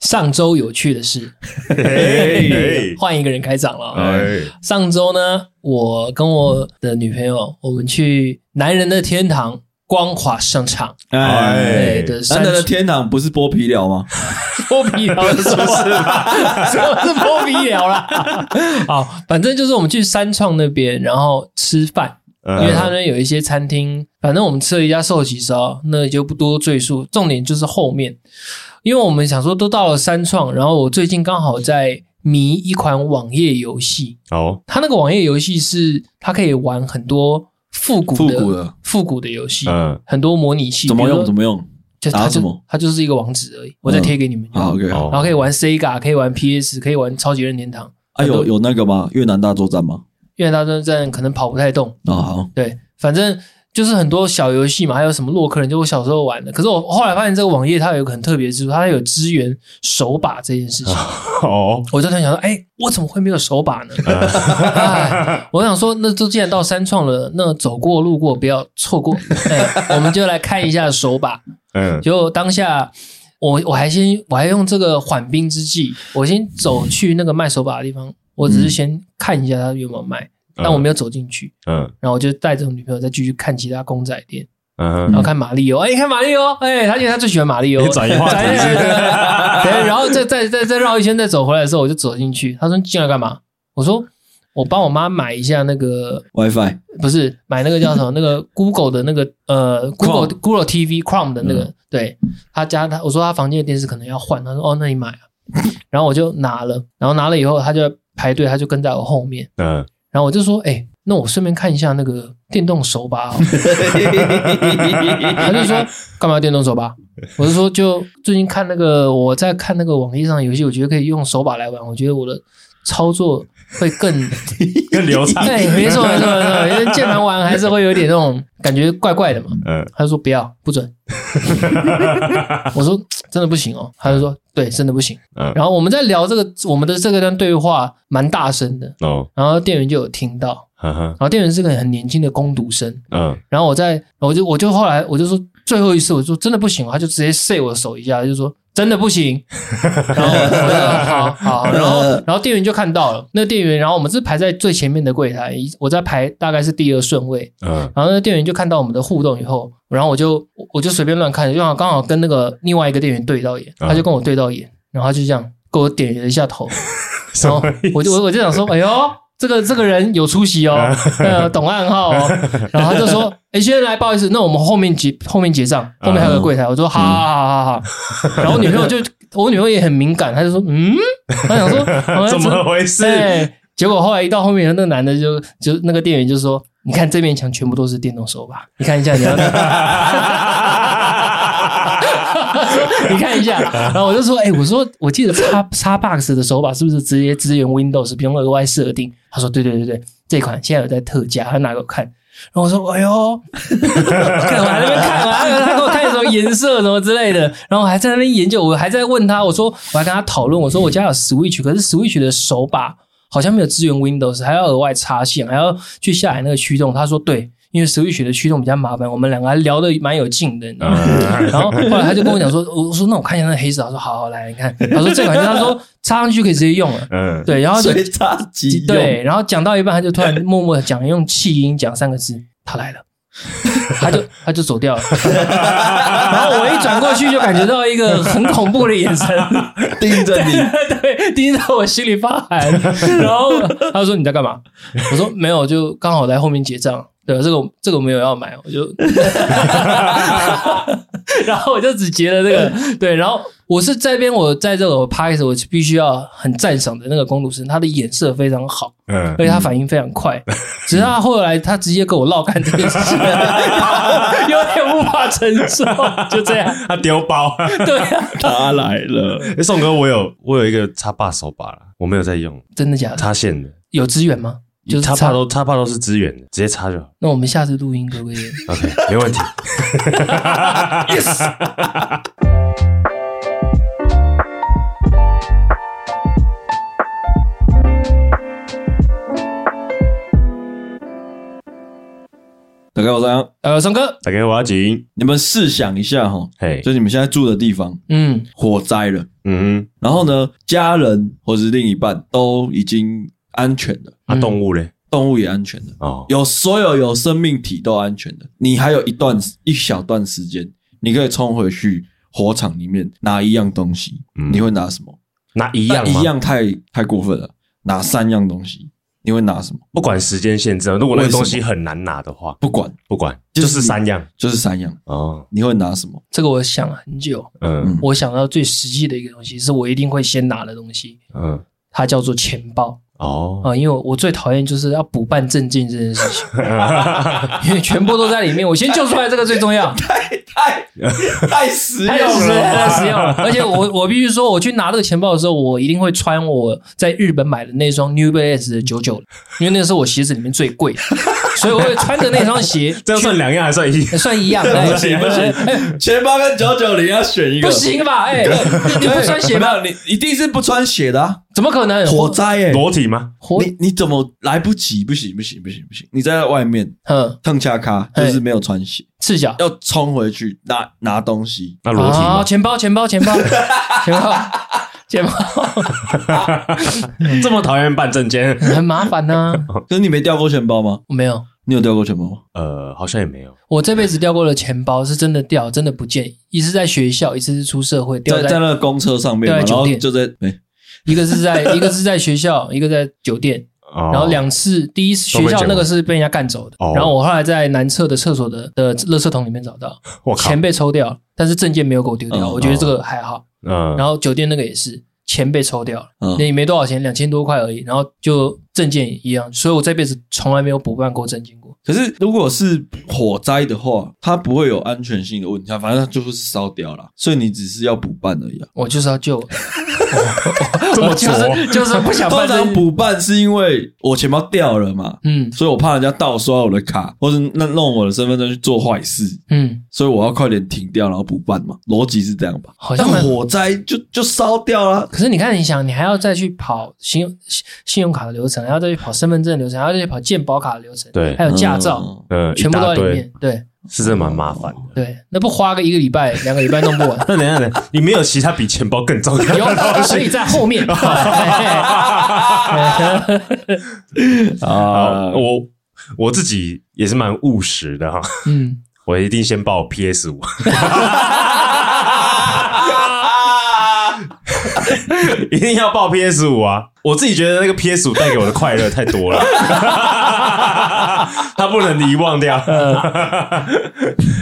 上周有趣的事，哎 换一个人开场了啊。哎，上周呢，我跟我的女朋友，我们去男人的天堂光华商场，哎对的难山得的天堂不是剥皮疗吗？剥皮疗是不是 啦？什么是剥皮疗啦？ 好，反正就是我们去三创那边，然后吃饭，嗯哎因为他们有一些餐厅，反正我们吃了一家寿喜烧，那也就不多赘述。重点就是后面，因为我们想说都到了三创，然后我最近刚好在迷一款网页游戏，好，它那个网页游戏是它可以玩很多复古的复古的复古的游戏，嗯，很多模拟器，怎比么如用？说怎么用？就打它什么嗯就它就是一个网址而已，我再贴给你们就嗯好。好，OK。好啊然后可以玩 Sega，可以玩 PS，可以玩超级任天堂。啊，有有那个吗？越南大作战吗？越南大作战可能跑不太动，啊，好，对，反正就是很多小游戏嘛，还有什么洛克人，就我小时候玩的。可是我后来发现这个网页它有一个很特别之处，它有支援手把这件事情。好，我就在想说，哎、我怎么会没有手把呢？ 哎，我想说，那都既然到三创了，那走过路过不要错过，哎，我们就来看一下手把。嗯，就当下，我我还先我还用这个缓兵之计，我先走去那个卖手把的地方，我只是先看一下他有没有卖，但我没有走进去，嗯然后我就带着我女朋友再继续看其他公仔店，嗯然后看马里奥，哎、看马里奥，哎、她觉得她最喜欢马里奥，你转移 话题转是不是对对，然后再再再再绕一圈再走回来的时候，我就走进去，她说你进来干嘛？我说我帮我妈买一下那个 WiFi 不是买那个叫什 么那个 Google 的那个呃 Google Google TV Chrome 的那个，嗯对他家他我说他房间的电视可能要换，他说哦那你买啊， 然后我就拿了，然后拿了以后他就排队，他就跟在我后面， 嗯，然后我就说哎、那我顺便看一下那个电动手把好了，他就说干嘛要电动手把？我就说就最近看那个我在看那个网页上的游戏，我觉得可以用手把来玩，我觉得我的操作会更。 更流畅，对，没错没错没错，因为键盘玩还是会有点那种感觉怪怪的嘛。嗯，他就说不要，不准。我说真的不行哦，他就说对，真的不行。嗯然后我们在聊这个我们的这个段对话蛮大声的，哦，然后店员就有听到，哈哈，然后店员是个很年轻的工读生，嗯然后我在我就我就后来我就说最后一次我说真的不行哦，他就直接塞我手一下，他就说。真的不行，然后我就说好好，好然后然后店员就看到了，那个店员，然后我们是排在最前面的柜台，我在排大概是第二顺位，嗯然后那店员就看到我们的互动以后，然后我就我就随便乱看，刚好刚好跟那个另外一个店员对到眼，嗯他就跟我对到眼，然后他就这样给我点了一下头，然后我就我我就想说，哎呦，这个这个人有出息哦，啊呃，懂暗号哦， 然后他就说，哎，先生来，不好意思，那我们后面结后面结账，啊后面还有个柜台，我嗯说好好好好好，然后我女朋友就我女朋友也很敏感，她就说，嗯，她 想说，哦怎么回事？对，哎结果后来一到后面，那个男的就就那个店员就说：“你看这面墙全部都是电动手把，你看一下，你要 那你看一下。”然后我就说：“哎、我说我记得叉叉 box 的手把是不是直接支援 Windows，不用额外设定？”他说：“对对对对，这款现在有在特价，他拿给我看。”然后我说：“哎呦，看我还在那边看，我还他给我看什么颜色什么之类的，然后我还在那边研究，我还在问他，我说我还跟他讨论，我说我家有 Switch，可是 Switch 的手把好像没有支援 Windows，还要额外插线，还要去下载那个驱动。他说对，因为 Switch 的驱动比较麻烦。我们两个还聊得蛮有劲的，你知道吗？嗯然后后来他就跟我讲说，我说那我看一下那黑色，他说好好来，你看，他说这款就他说插上去可以直接用了，嗯，对，然后就随插即用，对，然后讲到一半，他就突 然默默的讲，用气音讲三个字，他来了， 他就他就走 掉了。然后我一转过去，就感觉到一个很恐怖的眼神， 盯着你。 对，盯到我心里发 寒。然后他说你在干嘛？我说没有，就刚好在后面结账。对，这个我这个我没有要买，我就，然后我就只结了这 个。对，然后我是这边，我在这个我拍的时候，我必须要很赞赏的那个公主生，她的眼色非常好。嗯而且他反应非常快，只是他后来他直接跟我唠干这件事情， 有点无法承受，就这样。他丢包，对啊，他来了，宋哥，我有我有一个插把手把啦，我没有在用真的假的？插线的，有资源吗？就是插差把都插把都是支援的，直接插就好那我们下次录音可不可以？ ，OK，没问题。大概我这样，呃，松哥，大家我要紧，你们试想一下哈，嘿，就你们现在住的地方嗯，火灾了，嗯然后呢，家人或是另一半都已经安全了，哼，啊，嗯动物嘞，动物也安全了，哦，有所有有生命体都安全的，你还有一段一小段时间，你可以冲回去火场里面拿一样东西，嗯你会拿什么？那一一啊样吗一，样太太过分了，拿三样东西，你会拿什么？不管时间限制啊，如果那为个什东么西很难拿的话，不管，不管，就就是是三样就是三样，哦，你会拿什么？这个我想了很久，嗯嗯我想到最实际的一个东西，是我一定会先拿的东西，嗯，它叫做钱包哦，啊、因为我我最讨厌就是要补办证件这件事情， 因为全部都在里面，我先救出来这个最重要。太太 太实太实用了，太实用了！而且我我必须说，我去拿这个钱包的时候，我一定会穿我在日本买的那双 New Balance 的九九，因为那是我鞋子里面最贵的，所以我会穿着那双鞋这样算两样还算一样？去算一样的。哎不行不行哎钱包跟九九零要选一个，不行吧？哎，你不穿鞋没吗？有，你一定是不穿鞋的啊！怎么可能？火灾耶、裸体吗？火你你怎么来不及？不行不行不行不行！你在外面嗯，蹭恰咖，嘿就是没有穿鞋，赤脚要冲回去拿拿东西。那裸体啊，吗？钱包钱包钱包钱包钱包这么讨厌办证件？很麻烦呐。可是你没掉过钱包吗？我没有，你有掉过钱包吗？呃，好像也没有。我这辈子掉过的钱包是真的掉，真的不见，一次在学校，一次是出社会掉在在那个公车上面掉嘛，在然酒后店就在哎，一个是在一个是在学校，一个在酒店，哦然后两次，第一次都学被校捡那个过是被人家干走的哦，然后我后来在男厕的厕所的的垃圾桶里面找到，我靠钱，被抽掉了，但是证件没有给我丢掉，嗯我觉得这个还好。嗯，然后酒店那个也是。钱被抽掉了，嗯那也没多少钱，两千多块而已。然后就证件也一样，所以我这辈子从来没有补办过证件过。可是如果是火灾的话，它不会有安全性的问题，它反正它就是烧掉了，所以你只是要补办而已啊。我就是要救，这么我 就拙，是就是不想通办常证件。补办是因为我钱包掉了嘛，嗯所以我怕人家盗刷我的卡，或者那弄我的身份证去做坏事，嗯，所以我要快点停掉，然后补办嘛，逻辑是这样吧？好像但蛮火灾就就烧掉了，可是你看，你想，你还要再去跑信用信信用卡的流程，还要再去跑身份证的流程，还要再去跑健保卡的流程，对还有驾照，嗯嗯，全部都在一大里堆面。对是真的蛮麻烦的。对，那不花个一个礼拜、两个礼拜弄不 。完那等一下等一下，你没有其他比钱包更重要有的东，所以西？在后 面。啊，啊！呃我我自己也是蛮务实的哈，嗯，我一定先报 PS 五， 一定要报 PS 五啊！我自己觉得那个 PS 五带给我的快乐太多了， 它不能遗忘掉。嗯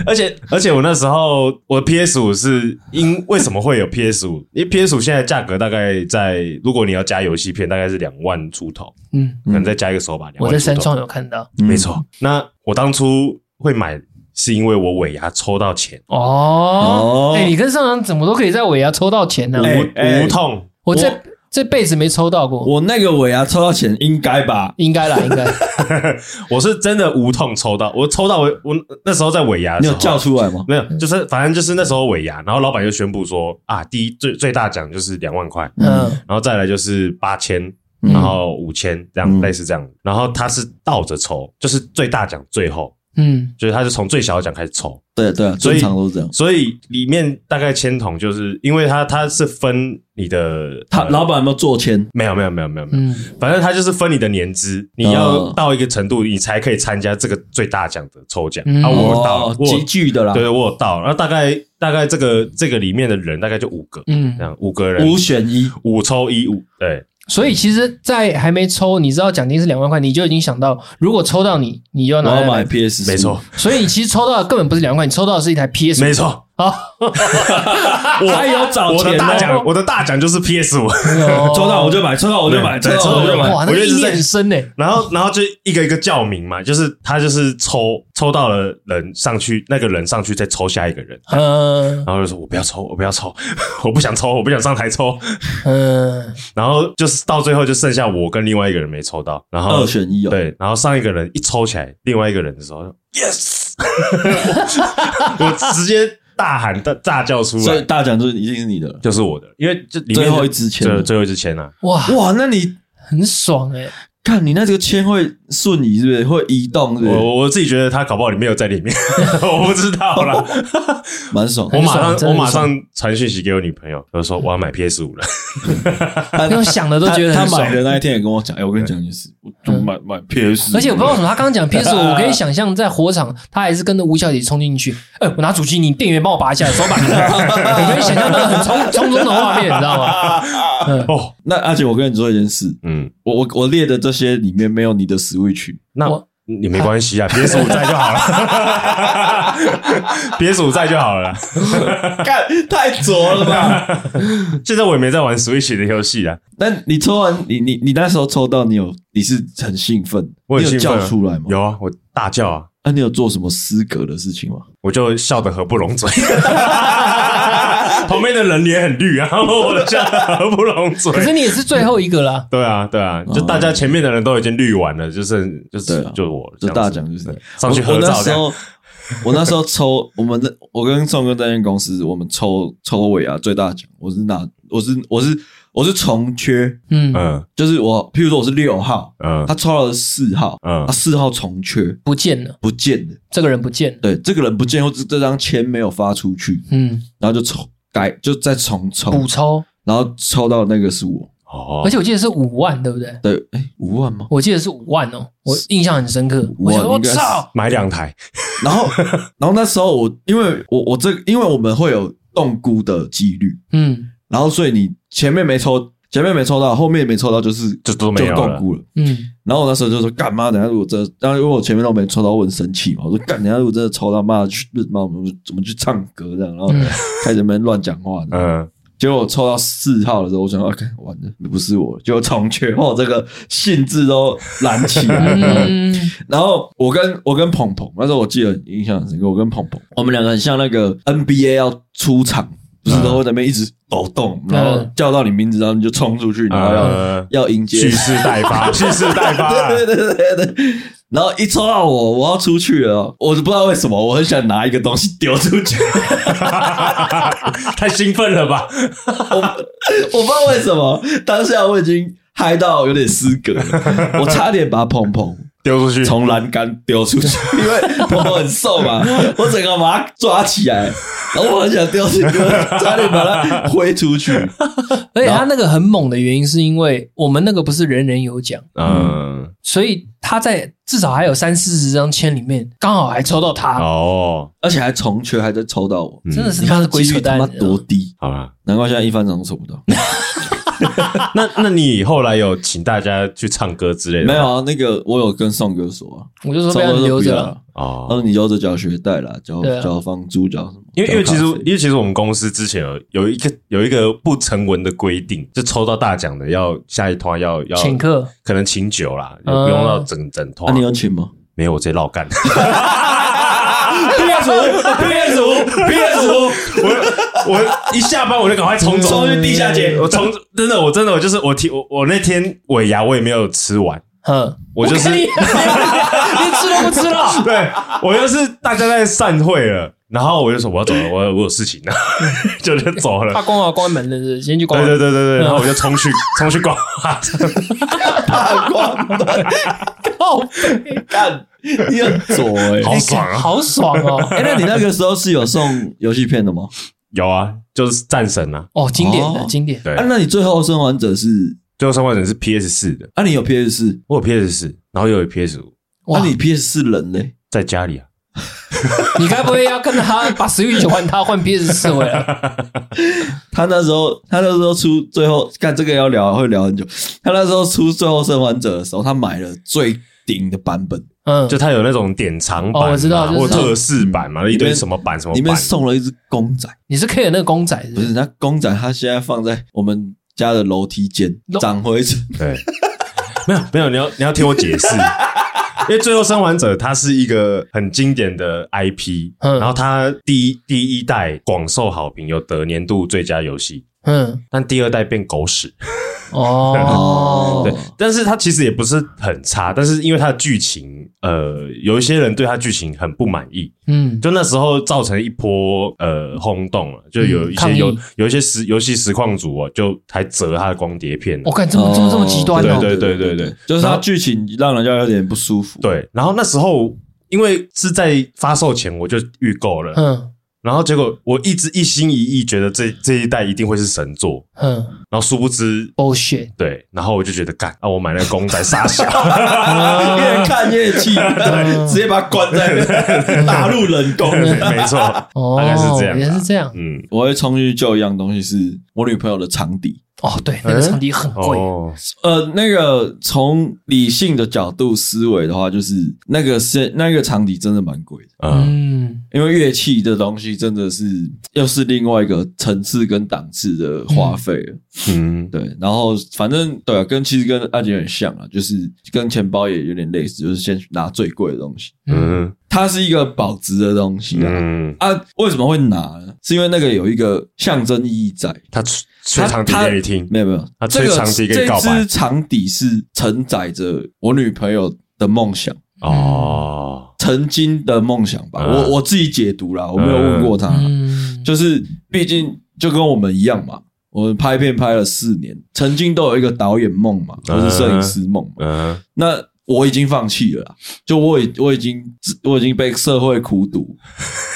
而且而且我那时候我 PS 五是因为什么会有 PS 五？因为 PS 五现在价格大概在，如果你要加游戏片，大概是两万出头，嗯，可能再加一个手把。两万我在出头山庄有看到。没错。嗯那我当初会买，是因为我尾牙抽到钱，哦哦，哎，你跟上长怎么都可以在尾牙抽到钱呢无、？哎哎无痛。我我这这辈子没抽到过，我那个尾牙抽到钱应该吧？应该啦，应 该。我是真的无痛抽到，我抽到我我那时候在尾牙的你时有候，叫出来吗？没有？就是反正就是那时候尾牙，然后老板就宣布说啊，第一最最大奖就是两万块，嗯，然后再来就是八千。嗯然后五千这样、嗯类似这样，然后他是倒着抽，就是最大奖最后，嗯就是他是从最小的奖开始抽，对对，所以正常都是这样。所以里面大概签筒就是因为他他是分你的他呃老板有没有做签？没有没有没有没有没有，嗯反正他就是分你的年资，你要哦到一个程度，你才可以参加这个最大奖的抽奖、嗯啊。我有到，哦，我集有聚的啦，对我有到，然后大概大概这个这个里面的人大概就五个，嗯这。样五个人五选一，五抽一五对所以其实，在还没抽，你知道奖金是两万块，你就已经想到，如果抽到你，你就要我拿要来买 PS，没错。所以你其实抽到的根本不是两万块，你抽到的是一台 PS。没错， 啊，我还哦有找我钱的哦大奖我的大奖就是 PS 五， 抽到我就买，抽到我就买，抽对到我就买。哇，那我就个一直意在念很深欸呢。然后，然后就一个一个叫名嘛，就是他就是抽抽到了人上去，那个人上去再抽下一个人，嗯然后就说我不要抽，我不要抽， 我不想抽，我不想上台抽。嗯，然后就是到最后就剩下我跟另外一个人没抽到，然后二选一哦，，对，然后上一个人一抽起来，另外一个人的时候就，yes，我 我直接大喊大大叫出所以来，大奖就是一定是你的了。就是我的，因为这里面最后一支签最了最后一支签啊，哇，哇，那你很爽哎。看你那这个铅会瞬移，是不是会移动？是不是我我自己觉得他搞不好里面有在里面， 我不知道啦。 蛮爽我很爽马上真的我很马上传讯息给我女朋友，我说我要买 PS 五了。他用想的都觉得他很他爽买。的那一天也跟我讲，哎、我跟你讲一件事，我就买买 PS，而且我不知道为什么他刚刚讲 PS 五，我可以想象在火场，他还是跟着吴小姐冲进去。哎、我拿主机，你电源帮我拔下来，手把你拿。我可以想象那个很冲冲动的画面，你知道吗？哦，那而且我跟你说一件事，嗯，我我我列的这些里面没有你的 Switch，那我你没关系啊，PS 五在就好 了，PS 五在就好了啦。干太拙了吧？现在我也没在玩 Switch 的游戏啊，但你抽完，你你你那时候抽到，你有你是很兴奋，我你很有兴奋啊叫出来吗？。有啊，我大叫啊，那、你有做什么失格的事情吗？我就笑得合不拢 嘴。旁边的人脸很绿啊，然后我笑得合不拢嘴。可是你也是最后一个啦。对啊，对啊，就大家前面的人都已经绿完了，就剩就哦对是啊就我这就样子大奖就是对上去我合我那照这时样。候，我那时候抽我们的，我跟宋哥在那间公司，我们抽抽尾啊最大奖，我是拿我是我是我是重缺，嗯，嗯就是我，譬如说我是六号，嗯他抽到了四号，嗯他四号重缺不见了，不见了，这个人不见了。对，这个人不见或者这张签没有发出去，嗯，然后就重改就再重抽补，抽，然后抽到那个是我，哦而，且我记得是五万，对不对？对，哎，五万吗？我记得是五万哦，我印象很深刻。五我万想说，我应该是操，买两台，然后然后那时候我因为我我这因为我们会有动估的几率，嗯然后所以你前面没抽，前面没抽到，后面没抽到就是就都没就有够了估了。嗯，然后我那时候就说干妈，等下如果真的，然后因为我前面都没抽到，我很生气嘛。我说干，等下如果真的抽到，妈去妈我们怎么去唱歌这样？然后 嗯开始在那边乱讲话。嗯，结果我抽到四号的时候，我想说，啊，干完了，不是我，就重缺，我这个兴致都燃起来了。嗯，然后我跟我跟鹏鹏，那时候我记得印象很深刻，我跟鹏鹏，我们两个很像那个 NBA 要出场，不是都会在那边一直抖动，然后叫到你名字，然后你就冲出去，然后要、呃，要迎接蓄。势待发，蓄势待发啊， 对对对对对。然后一抽到我，我要出去了，我就不知道为什么，我很想拿一个东西丢出去， 太兴奋了吧？我我不知道为什么，当下我已经嗨到有点失格了，我差点把鹏鹏丢出去， 从栏杆丢出去，因为婆婆很瘦嘛， 我整个把它抓起来，然后我很想丢出去，我差点把它挥出去。而且他那个很猛的原因，是因为我们那个不是人人有奖，嗯，所以他在至少还有三四十张签里面，刚好还抽到嗯他，哦，而且还重缺，还在抽到我，嗯真的是你他看是这鬼几扯率他蛋妈，多低，啊好啦，难怪现在一番奖抽不到。 那那你后来有请大家去唱歌之类的吗？没有啊，那个我有跟宋哥说啊，我就说宋被他哥说留不着要了。了，他哦说，你留着缴学贷啦，缴对啊缴房租，缴什么？因为因为其实缴咖啡因为其实我们公司之前有有一个有一个不成文的规定，就抽到大奖的要下一团要要请，客，可能请酒啦，也嗯不用到整整团呃啊，你。有请 吗？没有，我直接绕干。PS 五，PS 五，PS 五，我我一下班我就赶快冲走，冲去地下街我冲真的我真的我就是我提我我那天尾牙我也没有吃完，嗯，我就是 跟你 连吃都不吃了，对我就是大家在散会了，然后我就说我要走了，我我有事情了， 就就走怕了。光华关门了，是不是先去光对华。对对对对，然后我就冲去 冲去逛花大光的，哦，干，你很左哎、好爽啊！好爽哦！ 哎、那你那个时候是有送游戏片的吗？有啊，就是战神啊，哦，经典的哦经典，对啊，，那你最后生还者是？最后生化者是 PS 四的，啊，你有 PS 四？我有 PS 四，然后又有 PS 五，哇啊，你 PS 四人嘞？在家里啊，你该不会要跟他把 Switch 还他换 PS 四回来？他那时候，他那时候出最后，看这个要聊会聊很久。他那时候出最后生还者的时候，他买了最顶的版本，嗯，就它有那种典藏版嘛，啊哦我知道就是嗯或特仕版嘛，一堆什么版什么里面版，送了一只公仔，你是 K 的那个公仔是不不是，是那公仔，它现在放在我们家的楼梯间楼，长灰尘。对， 没有没有，你要你要听我解释，因为《最后生还者》它是一个很经典的 IP，、嗯然后它第一第一代广受好评，有得年度最佳游戏，嗯，但第二代变狗屎，哦，哦对，但是它其实也不是很差，但是因为它的剧情，呃，有一些人对它剧情很不满意，嗯，就那时候造成一波呃轰动了，就有嗯一抗些议有有一些实游戏实况组哦，就还折他的光碟片哦了我。看这么这么这么极端对哦，对对对对，就是然它后剧情让人家有点不舒服。，对，然后那时候因为是在发售前我就预购了，嗯然后结果我一直一心一意觉得这这一代一定会是神作，嗯然后殊不知。 ，bullshit， 对，然后我就觉得干啊，我买那个公仔傻小，啊啊 越看越 气，对直接把它关在 那大陆冷宫。没错，哦，大概是这样啦原来是这样，嗯，我会冲去救一样东西，是我女朋友的长笛。哦，对，那个场地很贵，哦，呃，那个从理性的角度思维的话，就是那个是那个长笛真的蛮贵的，嗯嗯，因为乐器的东西真的是又是另外一个层次跟档次的花费了。嗯，对，然后反正对啊，跟其实跟阿杰很像啊，就是跟钱包也有点类似，就是先拿最贵的东西，嗯它是一个保值的东西啊。嗯，啊，为什么会拿呢？是因为那个有一个象征意义在。他吹吹他长笛他给你听，没有没有，他这吹个长笛跟你告白这支长笛是承载着我女朋友的梦想，哦，曾经的梦想吧。嗯我我自己解读啦，我没有问过她，嗯，就是毕竟就跟我们一样嘛，我们拍片拍了四年，曾经都有一个导演梦嘛，啊或是摄影师梦嘛。嗯那我已经放弃了啦，就我已我已经我已经被社会 苦读，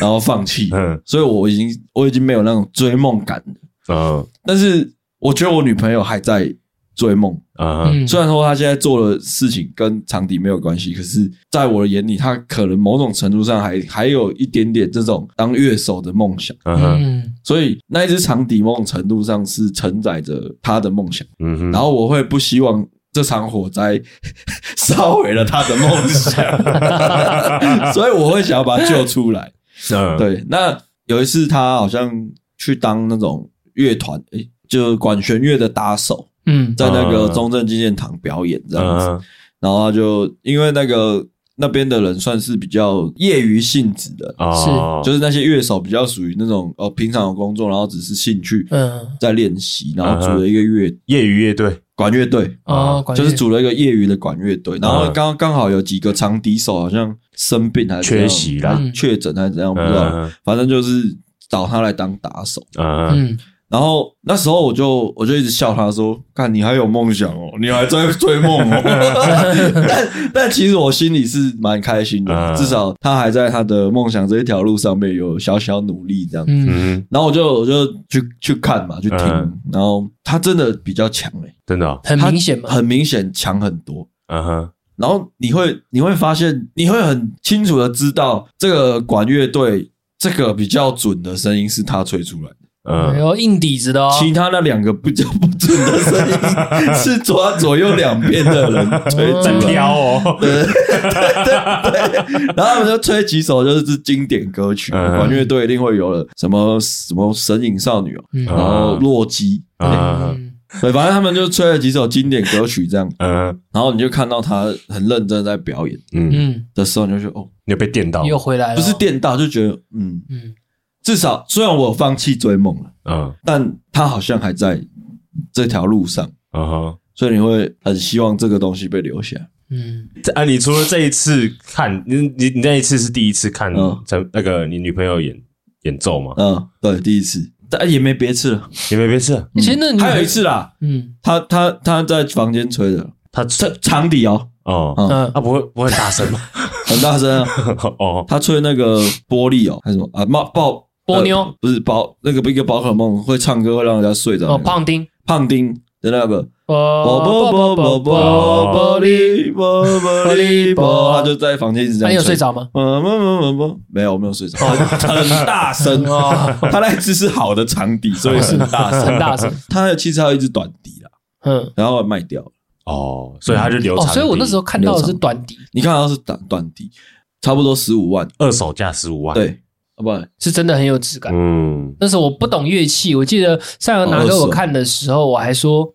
然后放弃，嗯所以我已经我已经没有那种追梦感了。嗯但是我觉得我女朋友还在追梦，嗯虽然说她现在做的事情跟长笛没有关系，可是在我的眼里，她可能某种程度上还还有一点点这种当乐手的梦想。嗯嗯所以那一只长笛某种程度上是承载着她的梦想，嗯，然后我会不希望这场火灾 烧毁了她的梦想， 所以我会想要把她救出来。嗯，对，那有一次他好像去当那种乐团，诶、就管弦乐的打手，嗯在那个嗯中正纪念堂表演这样子。嗯然后他就因为那个那边的人算是比较业余性质的，哦，就是是那些乐手比较属于那种哦，平常有工作，然后只是兴趣嗯，在练习，然后嗯组哼了一个乐业余乐队，管乐队。哦，管就是乐组了一个业余的管乐队，然后嗯刚刚好有几个长笛手好像生病还是怎缺样席啦嗯确诊还是怎样，不知道。嗯反正就是找他来当打手。嗯嗯，然后那时候我就我就一直笑他说：“看你还有梦想哦，你还在追梦 哦。”但但其实我心里是蛮开心的，嗯至少他还在他的梦想这一条路上面有小小努力这样。嗯嗯，然后我就我就去去看嘛，去听，嗯然后他真的比较强诶、真的哦，很他明显嘛，很明显强很多。嗯哼，然后你会你会发现，你会很清楚的知道这个管乐队这个比较准的声音是他吹出来的。然嗯后硬底子的哦，其他那两个比较不准的声音 是左左右两边的人吹嗯出在来的。飘哦， 然后他们就吹几首就是经典歌曲，嗯管乐队一定会有了什么什么神隐少女哦，嗯然后洛基，嗯对，反正他们就吹了几首经典歌曲这样，嗯然后你就看到他很认真在表演嗯，嗯，的时候，你就觉得哦，你有被电到，又回来了，哦不是，电到，就觉得嗯，嗯至少虽然我放弃追梦了，嗯但他好像还在这条路上，嗯哼。所以你会很希望这个东西被留下。嗯啊，你除了这一次看，你你你那一次是第一次看嗯陈那个你女朋友演演奏吗？嗯，对，第一次，但也没别次了。也没别事，啊其实那你还有一，次啦，嗯他他他在房间吹的，他这长笛哦，哦，嗯嗯啊，不会不会很大声吗？ 很大声啊。哦，他吹那个玻璃哦，还是什么啊？猫爆波妞呃不是宝那个一个宝可梦会唱歌会让人家睡着、哦，那个胖丁，胖丁的那个哦啵啵啵啵啵玻璃啵玻璃啵，他就在房间一直这那样。你有睡？着吗？嗯嗯嗯嗯嗯，没有没有睡着，很大声哦。 他那一只是好的长笛，所以是很大声很。大声，他其实还有一只短笛啦，嗯，然后卖掉了。哦，所以他就留哦，长笛。所以我那时候看到的是短笛，你看它是短短笛，差不多十五万，二手价十五万，，对，啊不，是真的很有质感。嗯，那时候我不懂乐器，我记得上扬拿给我看的时候，我还说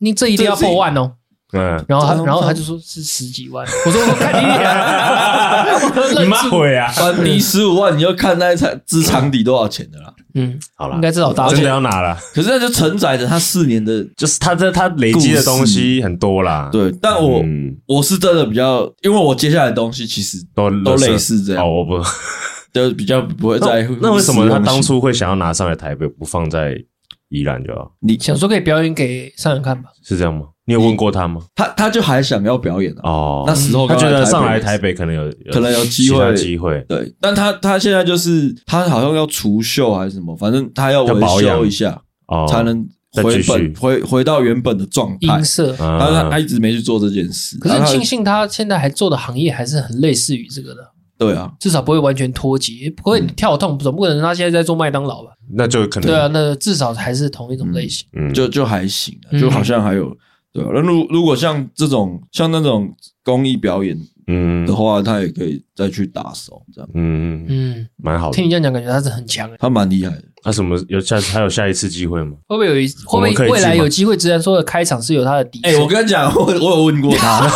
你这一定要破万哦， 嗯，然后他这样然后他就说是十几万，我说我看你脸， 我都你愣妈住，会啊！翻 低十五万，你就看那一场支场底多少钱的啦。嗯，好了，应该至少打真的要拿了，可是那就承载着他四年的就是他这他累积的东西很多啦。对，但我、嗯我是真的比较，因为我接下来的东西其实都都类似这样哦，我不就比较不会 在乎那为什么他当实用性初会想要拿上来台北，不放在宜兰就好？想说可以表演给上人看吧，是这样吗？你有问过他吗？他他就还想要表演啊？哦，那时候他刚觉得上来来台台北北可能有可能有机其他会机会，对，但他他现在就是他好像要除锈还是什么，反正他要要维保养修一下哦，才能再回继续本回回到原本的状态音。色。然后他哎啊他一直没去做这件事，可是然很后他庆幸他现在还做的行业还是很类似于这个的，对啊，至少不会完全脱节，不会跳痛，总不可能他现在在做麦当劳吧？那就可能对啊，，那至少还是同一种类型。嗯，就就还行啊，嗯就好像还有对啊。那如如果像这种像那种公益表演嗯的话，他也可以再去打手这样，嗯，嗯，蛮好的听。你这样讲，感觉他是很强欸。他蛮厉害的。那什么有下还有下一次机会吗？会不会有一我会们不可以会去未来吗有机会？之前说的开场是有他的底哎、线。我跟你讲，我我有问过 他，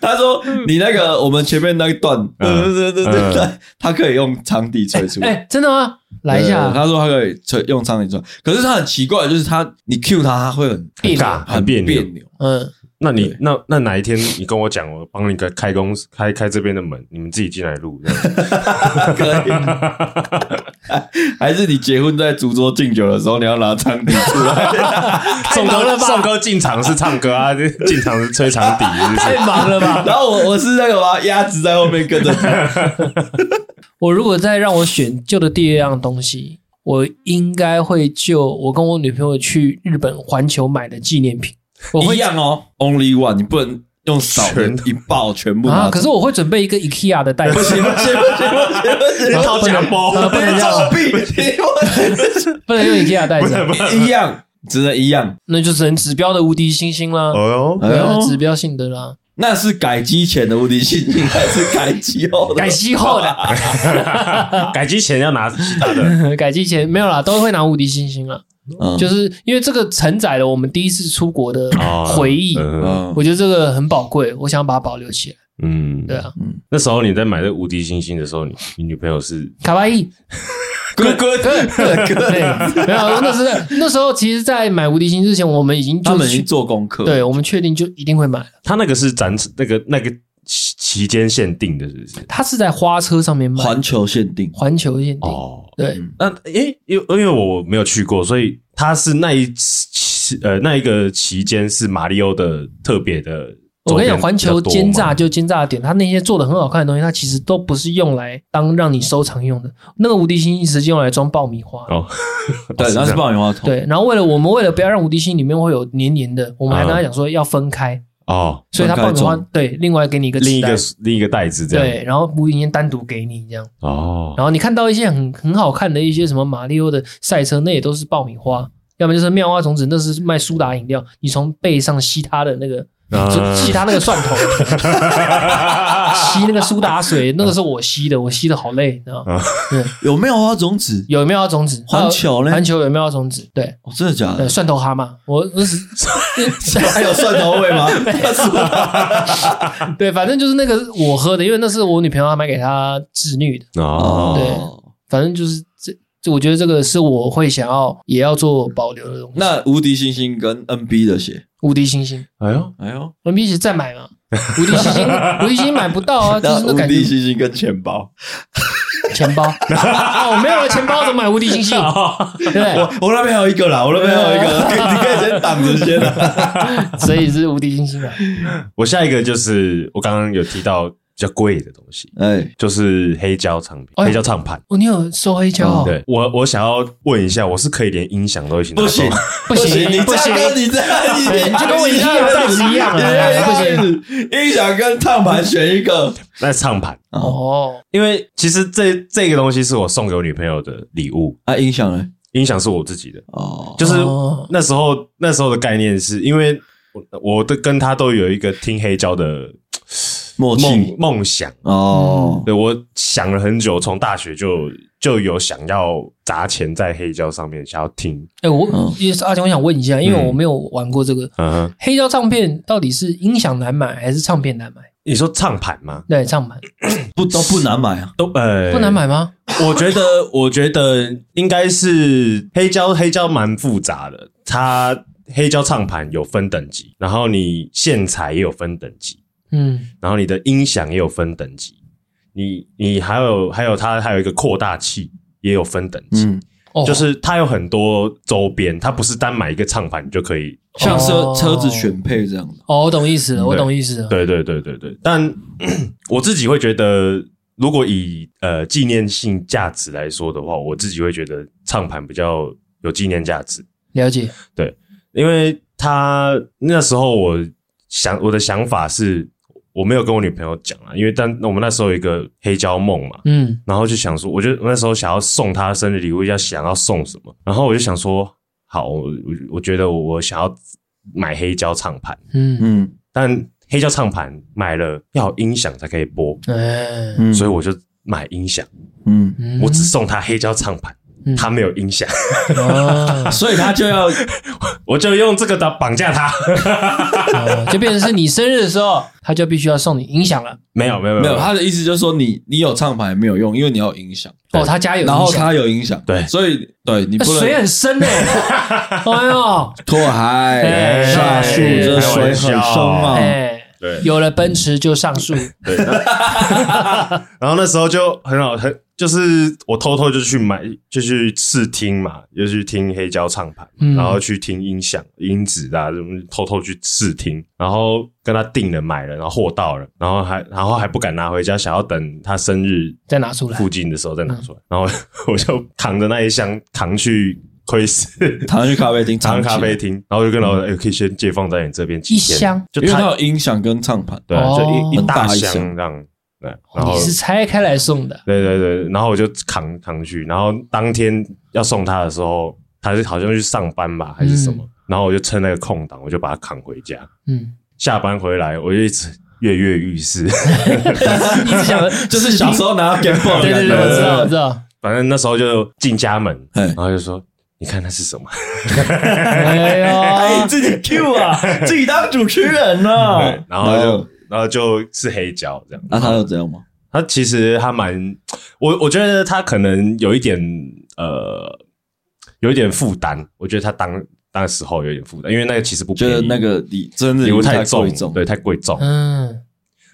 他说嗯你那个我们前面那一段，嗯对对对对对嗯，他可以用场地吹出来。哎，真的吗？来一对下，啊他说他可以吹用场地吹，可是他很奇怪，就是他你 Q 他，他会很别扭尬很别扭扭。。嗯，那你对那那哪一天你跟我讲，我帮你开开公司开开这边的门，你们自己进来录。这样可以， 还是你结婚在烛桌敬酒的时候，你要拿场地出来，宋哥宋哥进场是唱歌啊，进场是吹长笛，是不是？忙了吧？ 然后我我是那个吧，鸭子在后面跟着他，我如果再让我选旧的第二样东西，我应该会就我跟我女朋友去日本环球买的纪念品， 我会一样哦，Only One，你不能用少的全一爆全部拿啊，走可是我会准备一个 IKEA 的袋不子，行不 行不行不行不行，掏假包，啊不能这样弊，不能用 IKEA 袋子啊， 一样，只能一样，那就只能指标的无敌星星啦，哦哎对啊呦指标性的啦，那是改机前的无敌信心，还是改机后的改？机后的， 哟， 改机前要拿其他的，改机前没有啦，都会拿无敌星星啦，嗯就是因为这个承载了我们第一次出国的哦回忆， 嗯嗯我觉得这个很宝贵，我想把它保留起来。嗯对，啊，那时候你在买这无敌星星的时候，你你女朋友是卡哇伊，哥 哥对，没有，那是那时候其实，在买无敌星之前，我们已经他就们已去经做功课，对，我们确定就一定会买了。她那个是展那个那个期期间限定的，是不是？它是在花车上面买，环球限定，环球限定，哦，对，嗯那诶，因因为我没有去过，所以它是那一期呃那一个期间是马里奥的特别的。我跟你讲，环球奸诈炸，就奸诈的点，它那些做的很好看的东西，它其实都不是用来当让你收藏用的。那个无敌星直接用来装爆米花。哦，对，那是爆米花桶，对，然后为了我们为了不要让无敌星里面会有黏黏的，我们还跟他讲说要分开，哦，所以它爆米花分开装对，另外给你一个另一纸个袋另一个袋子这样，对，然后无敌星单独给你这样。 哦，然后你看到一些很很好看的一些什么马里奥的赛车，那也都是爆米花，要么就是妙蛙种子，那是卖苏打饮料，你从背上吸它的那个，啊就吸它那个蒜头， 吸那个苏打 嗯水，那个是我吸的，我吸的好累，你知道吗？有没有花种子？有妙蛙种子，嗯哦环球嘞还有环球有妙蛙种子，对。哦真的假对，的？蒜头蛤蟆，我那 是还有蒜头味吗？ 对，反正就是那个我喝的，因为那是我女朋友她买给她侄女的，哦，对 哦，反正就是这，这我觉得这个是我会想要也要做保留的东西。那无敌星星跟 NB 的鞋，无敌星星，哎呦， 哎呦，文皮鞋再买 嘛，无敌星星，无敌星星买不到啊，就是那那无感敌觉星星跟钱包，钱 包啊，我没有了钱包怎么买无敌星星？对不我对，我那边还有一个啦，我那边还有一 个，你可以先挡着先啊啦。所以是无敌星星啊。我下一个就是我刚刚有提到比较贵的东西，哎，就是黑胶唱片，哎黑胶唱盘。哦，你有收黑胶嗯哦？对我，我想要问一下，我是可以连音响都一起拿走不行吗，不行你不行这样跟你这样，对你你就跟我一样道理一样啊不行嗯行，音响跟烫盘选一个，那是唱盘，哦，因为其实这这个东西是我送给我女朋友的礼物，啊，音响呢？音响是我自己的，哦，就是哦那时候那时候的概念是因为我我的跟她都有一个听黑胶的默梦契梦想。哦，对我想了很久，从大学就就有想要砸钱在黑胶上面，想要听。哎、我嗯也是阿强，我想问一下，因为嗯我没有玩过这个嗯哼，黑胶唱片，到底是音响难买还是唱片难买？你说唱盘吗？对，唱盘不都不难买啊，都呃不难。买吗？我觉得，我觉得应该是黑胶，黑胶蛮复杂的。它黑胶唱盘有分等级，然后你线材也有分等级，嗯，然后你的音响也有分等级，你你还有还有它还有一个扩大器也有分等级，嗯，哦，就是它有很多周边，它不是单买一个唱盘你就可以。像车哦车子选配这样的，哦，我懂意思了，我懂意思了。对对对对对，但 我自己会觉得。如果以呃纪念性价值来说的话，我自己会觉得唱盘比较有纪念价值。了解。因为他那时候我想我的想法是，我没有跟我女朋友讲啊，因为但我们那时候有一个黑胶梦嘛，嗯，然后就想说，我就我那时候想要送她生日礼物，要想要送什么，然后我就想说，好，我我我觉得我我想要买黑胶唱盘，嗯，嗯但黑胶唱盘买了要有音响才可以播，哎，嗯，所以以我就买音响，嗯，嗯我只送她黑胶唱盘，嗯她没有音响， 啊所以他 就要我就用这个的绑架她，啊就变成是你生日的时候，他就必须要送你音响了。 没有没有没有他的意思就是说你你有唱盘没有用，因为你要有影响，哦，他家有然音后响，他有影响，对所以对你那不水能很深 呢。哎呦，拖海哎下树，哎这开水玩很笑深啊，哎， 对有了奔驰就上树。对，那然后那时候就很好，很就是我偷偷就去买，就去试听嘛，就去听黑胶唱盘，嗯然后去听音响、音质啊，什么偷偷去试听，然后跟他订了买了，然后货到了，然后还然后还不敢拿回家，想要等他生日再拿出来嗯附近的时候再拿出来，然后 我就扛着那一箱扛去窥 视。躺去咖啡厅，长咖啡厅，厅，然后就跟老板，哎、可以先借放在你这边几一天箱，就嗯因为他他有音响跟唱盘，对啊，哦就一一很大大一箱箱这样，对，然后你是拆开来送的。对对对，然后我就扛扛去，然后当天要送他的时候，他是好像去上班吧还是什么，然后我就趁那个空档，我就把他扛回家。嗯，下班回来，我就一直跃跃欲试。一直想 就是小时候拿到 Game Boy 对的对感对，我知道觉，我知 道。反正那时候就进家门，哎然后就说：“你看那是什么哎呦，自己 Q 啊，自己当主持人呢？”对，然后就哦然后就是黑胶这样。那他又怎样吗？他其实他蛮，我我觉得他可能有一点呃，有一点负担。我觉得他当当时候有一点负担，因为那个其实不觉便宜，得那个礼真的礼物太贵重，对，太贵重。嗯，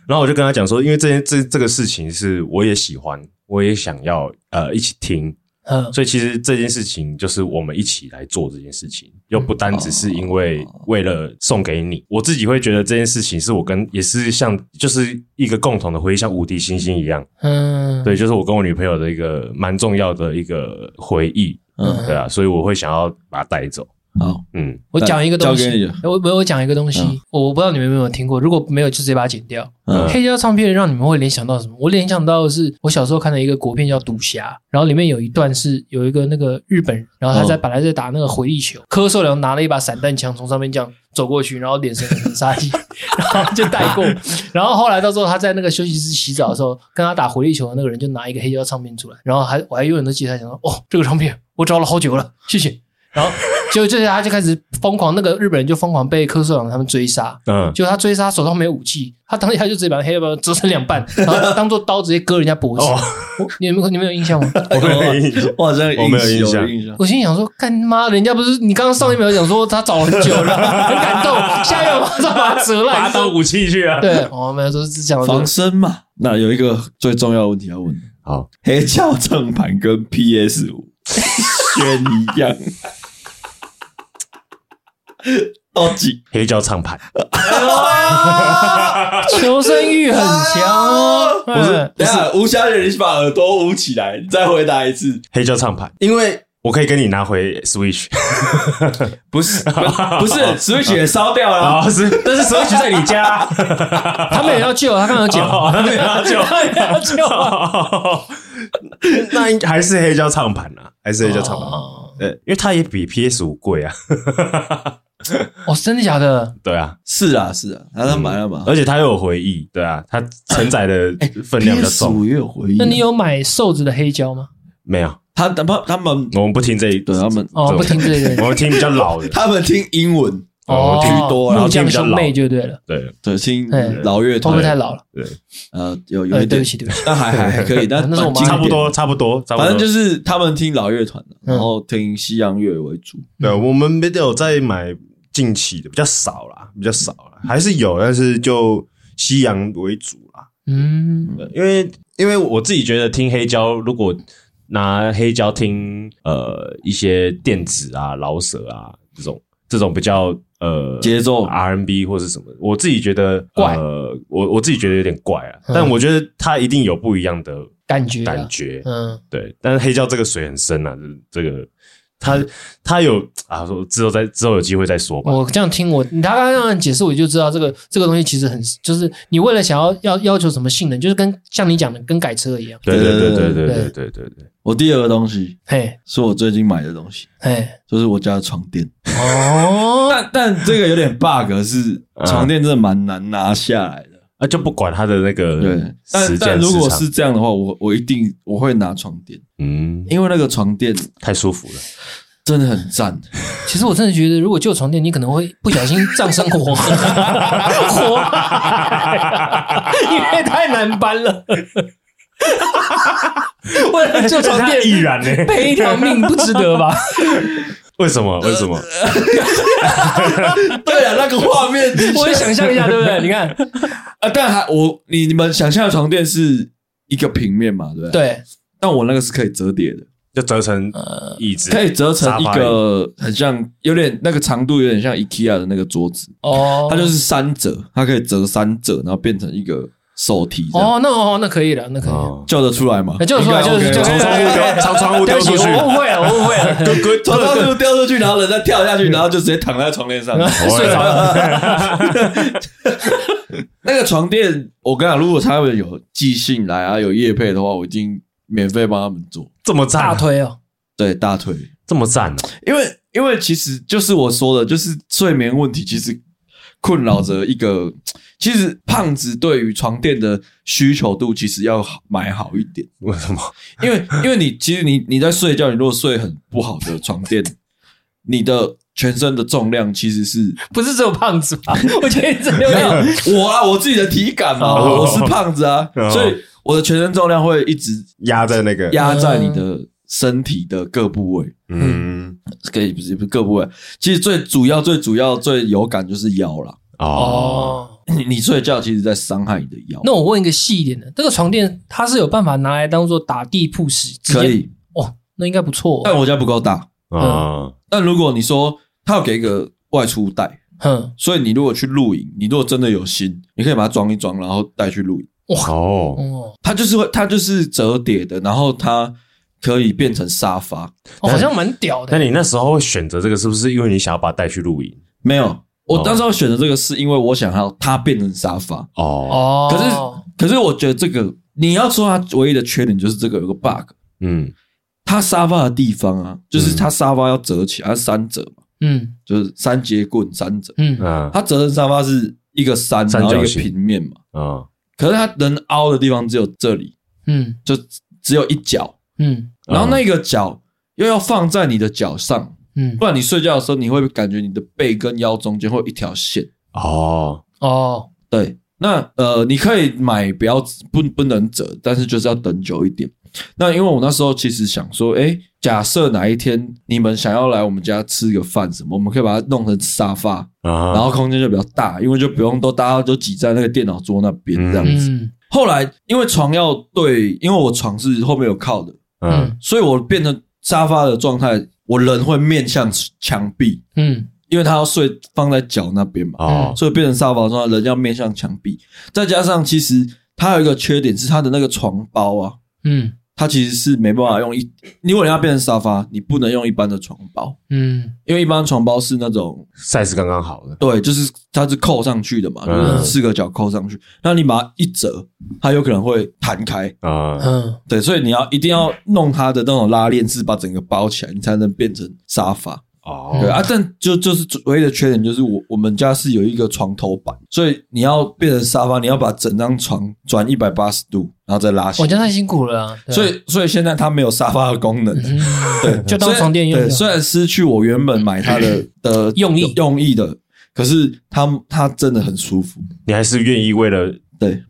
然后我就跟他讲说，因为这件这这个事情是我也喜欢，我也想要呃一起听，嗯所以其实这件事情就是我们一起来做这件事情，又不单只是因为哦为了送给你，我自己会觉得这件事情是我跟也是像就是一个共同的回忆，像无敌星星一样，嗯，对，就是我跟我女朋友的一个蛮重要的一个回忆，嗯对啊，所以我会想要把它带走，好，嗯，我讲一个东交给西哎你，我我我讲一个东西嗯，我我不知道你们有没有听过，如果没有就直接把它剪掉。嗯黑胶唱片让你们会联想到什么？我联想到的是我小时候看的一个国片叫《赌侠》，然后里面有一段是有一个那个日本人，然后他在嗯本来在打那个回力球，柯受良拿了一把散弹枪从上面这样走过去，然后脸色很杀气， 然后就带过。然后后来到时候他在那个休息室洗澡的时候，跟他打回力球的那个人就拿一个黑胶唱片出来，然后还我还永远都记得他讲说：“哦，这个唱片我找了好久了，谢谢。”然后就就是他就开始疯狂，那个日本人就疯狂被柯受良他们追杀，嗯，就他追杀手上没有武器，他当下就直接把黑包折成两半，然后当做刀直接割人家脖子。哦我你们你们有印象吗？ 我没有印象，我好像我没有印印象有印象，我心想说，干妈，人家不是你刚刚上一秒讲说他找了很久了，很 感动，下一秒马上把他折把它 烂。当武器去啊，对，我们都是讲防的身嘛。那有一个最重要的问题要问：好，黑胶正版跟 PS 五 选一样， 到底黑胶唱盘，求生欲很啊强 哦。不是，等一下吴小姐，你把耳朵捂起来，你再回答一次。黑胶唱盘，因为我可以跟你拿回 Switch。不是，不 不是，Switch 也烧掉了 啊。啊，是，但是 Switch 在你家，啊他们也要救，他们要救，哦那没 有就他们也要救。 那应还是黑胶唱盘啊，还是黑胶唱盘。哦呃，因为它也比 PS 五贵啊，哦，真的假的？对啊，是啊是啊，他他买了嘛，而且它又有回忆，对啊，它承载的哦分量比较 PS 重。哎五也有回忆啊。那你有买瘦子的黑胶吗？没有，他他们他们我们不听这一，对他们哦，不听这我个。们听比较老 的，他们听英文，哦，我们听居多啊木匠兄妹就对了，对对，听哎老乐会不团会，太老了？呃，有有呃，一对点不，起，对不起。那还还还可 以，但那是我妈蛮经典差不多，差不多，差不多。反正就是他们听老乐团的，嗯然后听西洋乐为主。对，我们没有在买近期的，比较少啦，比较少啦，还是有，但是就西洋为主啦。嗯，对因为因为我自己觉得听黑胶，如果拿黑胶听呃一些电子啊、饶舌啊这种这种比较呃节奏 R&B 或是什么，我自己觉得怪呃、我我自己觉得有点怪啊，嗯但我觉得它一定有不一样的感觉啊感觉，嗯，对，但是黑胶这个水很深啊，这这个它它有啊，我之后再之后有机会再说吧。哦我这样听我，你大概这样解释，我就知道这个这个东西其实很，就是你为了想要要要求什么性能，就是跟像你讲的跟改车一样，对对对对对对对对对对，我第二个东西嘿，是我最近买的东西，嘿，就是我家的床垫。哦， 但但这个有点 bug，是啊床垫真的蛮难拿下来的。啊就不管它的那个对，时但间但如果时长是这样的话，我我一定我会拿床垫，嗯因为那个床垫太舒服了，真的很 赞。其实我真的觉得，如果旧床垫，你可能会不小心葬身火海，火海，因为太难搬了。 为了旧床 它垫易燃 呢？赔一条命不值得吧？为什么？为什么？对啊，那个画面 的确，我也想象一下，对不对？你看，啊，但还我你你们想象的床垫是一个平面嘛，对不对？。对，但我那个是可以折叠的，就折成呃，椅子，可以折成一沙发椅个很像，有点那个长度有点像 IKEA 的那个桌子，哦，它就是三折，它可以折三折，然后变成一个手提这样。哦，那哦，那可以了，那可以了，哦，叫得出来吗？那叫得出来应该 OK 叫得出从来窗户丢，对不起，从窗户丢出我去，误会了，我误会了，滚滚从滚高处掉出去，然后人再跳下嗯去，然后就直接躺在床垫 上睡 着了。那个床垫，我跟你讲，如果他们有寄信来啊，有业配的话，我已经免费帮他们做。这么大赞，啊推哦，对，大腿，这么赞哦，因为因为其实就是我说的，就是睡眠问题，其实困扰着一个，其实胖子对于床垫的需求度其实要好买好一点，为什么？因为因为你其实你你在睡觉，你如果睡很不好的床垫，你的全身的重量其实是不是只有胖子吧？ 我觉得只有没有我啊，我自己的体感嘛，哦我我是胖子啊，哦所以我的全身重量会一直压在那个，压在你嗯的身体的各部位，嗯，可以不是不是各部位，其实最主要最主要最有感就是腰啦。哦，哦。你你睡觉其实在伤害你的腰，那我问一个细一点的，这个床垫它是有办法拿来当做打地铺使？直接可以，哦，那应该不错、但哦。我家不够大。啊，但如果你说他要给一个外出带，哼，所以你如果去露营，你如果真的有心，你可以把它装一装，然后带去露营。哦，哦，它就是会，它就是折叠的，然后它可以变成沙发。哦好像蛮屌那的。你那时候会选择这个，是不是因为你想要把它带去露营？没有，我哦当时候选择这个是因为我想要它变成沙发。哦，哦，可是，可是我觉得这个你要说它唯一的缺点就是这个有个 bug，嗯，它沙发的地方啊，就是它沙发要折起来，它是三折嘛，嗯就是三节棍三折。嗯，啊它折成沙发是一个山，三然角后形一个平面嘛，啊，可是它能凹的地方只有这里，嗯就只有一角，嗯然后那个角又要放在你的脚上，嗯，不然你睡觉的时候你会感觉你的背跟腰中间会有一条线。哦，哦，对，那呃，你可以买不要不不能折，但是就是要等久一点。那因为我那时候其实想说，哎，假设哪一天你们想要来我们家吃个饭什么，我们可以把它弄成沙发，啊，然后空间就比较大，因为就不用都大家都挤在那个电脑桌那边这样子。嗯后来因为床要对，因为我床是后面有靠的，嗯，嗯所以我变成沙发的状态，我人会面向墙壁，嗯因为他要睡放在脚那边嘛，哦，所以变成沙发的状态，人要面向墙壁。再加上其实它有一个缺点是它的那个床包啊，嗯，它其实是没办法用一，如果你要变成沙发，你不能用一般的床包，嗯因为一般床包是那种 size 刚刚好的，对，就是它是扣上去的嘛，嗯就是四个角扣上去，那你把它一折，它有可能会弹开，啊、嗯对，所以你要一定要弄它的那种拉链是把整个包起来，你才能变成沙发。哦，对啊，但就就是唯一的缺点就是我我们家是有一个床头板，所以你要变成沙发，你要把整张床转一百八十度，然后再拉起我觉哦来。得太辛苦了啊，对啊所以所以现在它没有沙发的功能，嗯对，就当床垫用对，就好虽然失去我原本买 它的的用意用意的，可是它它真的很舒服。你还是愿意为了对，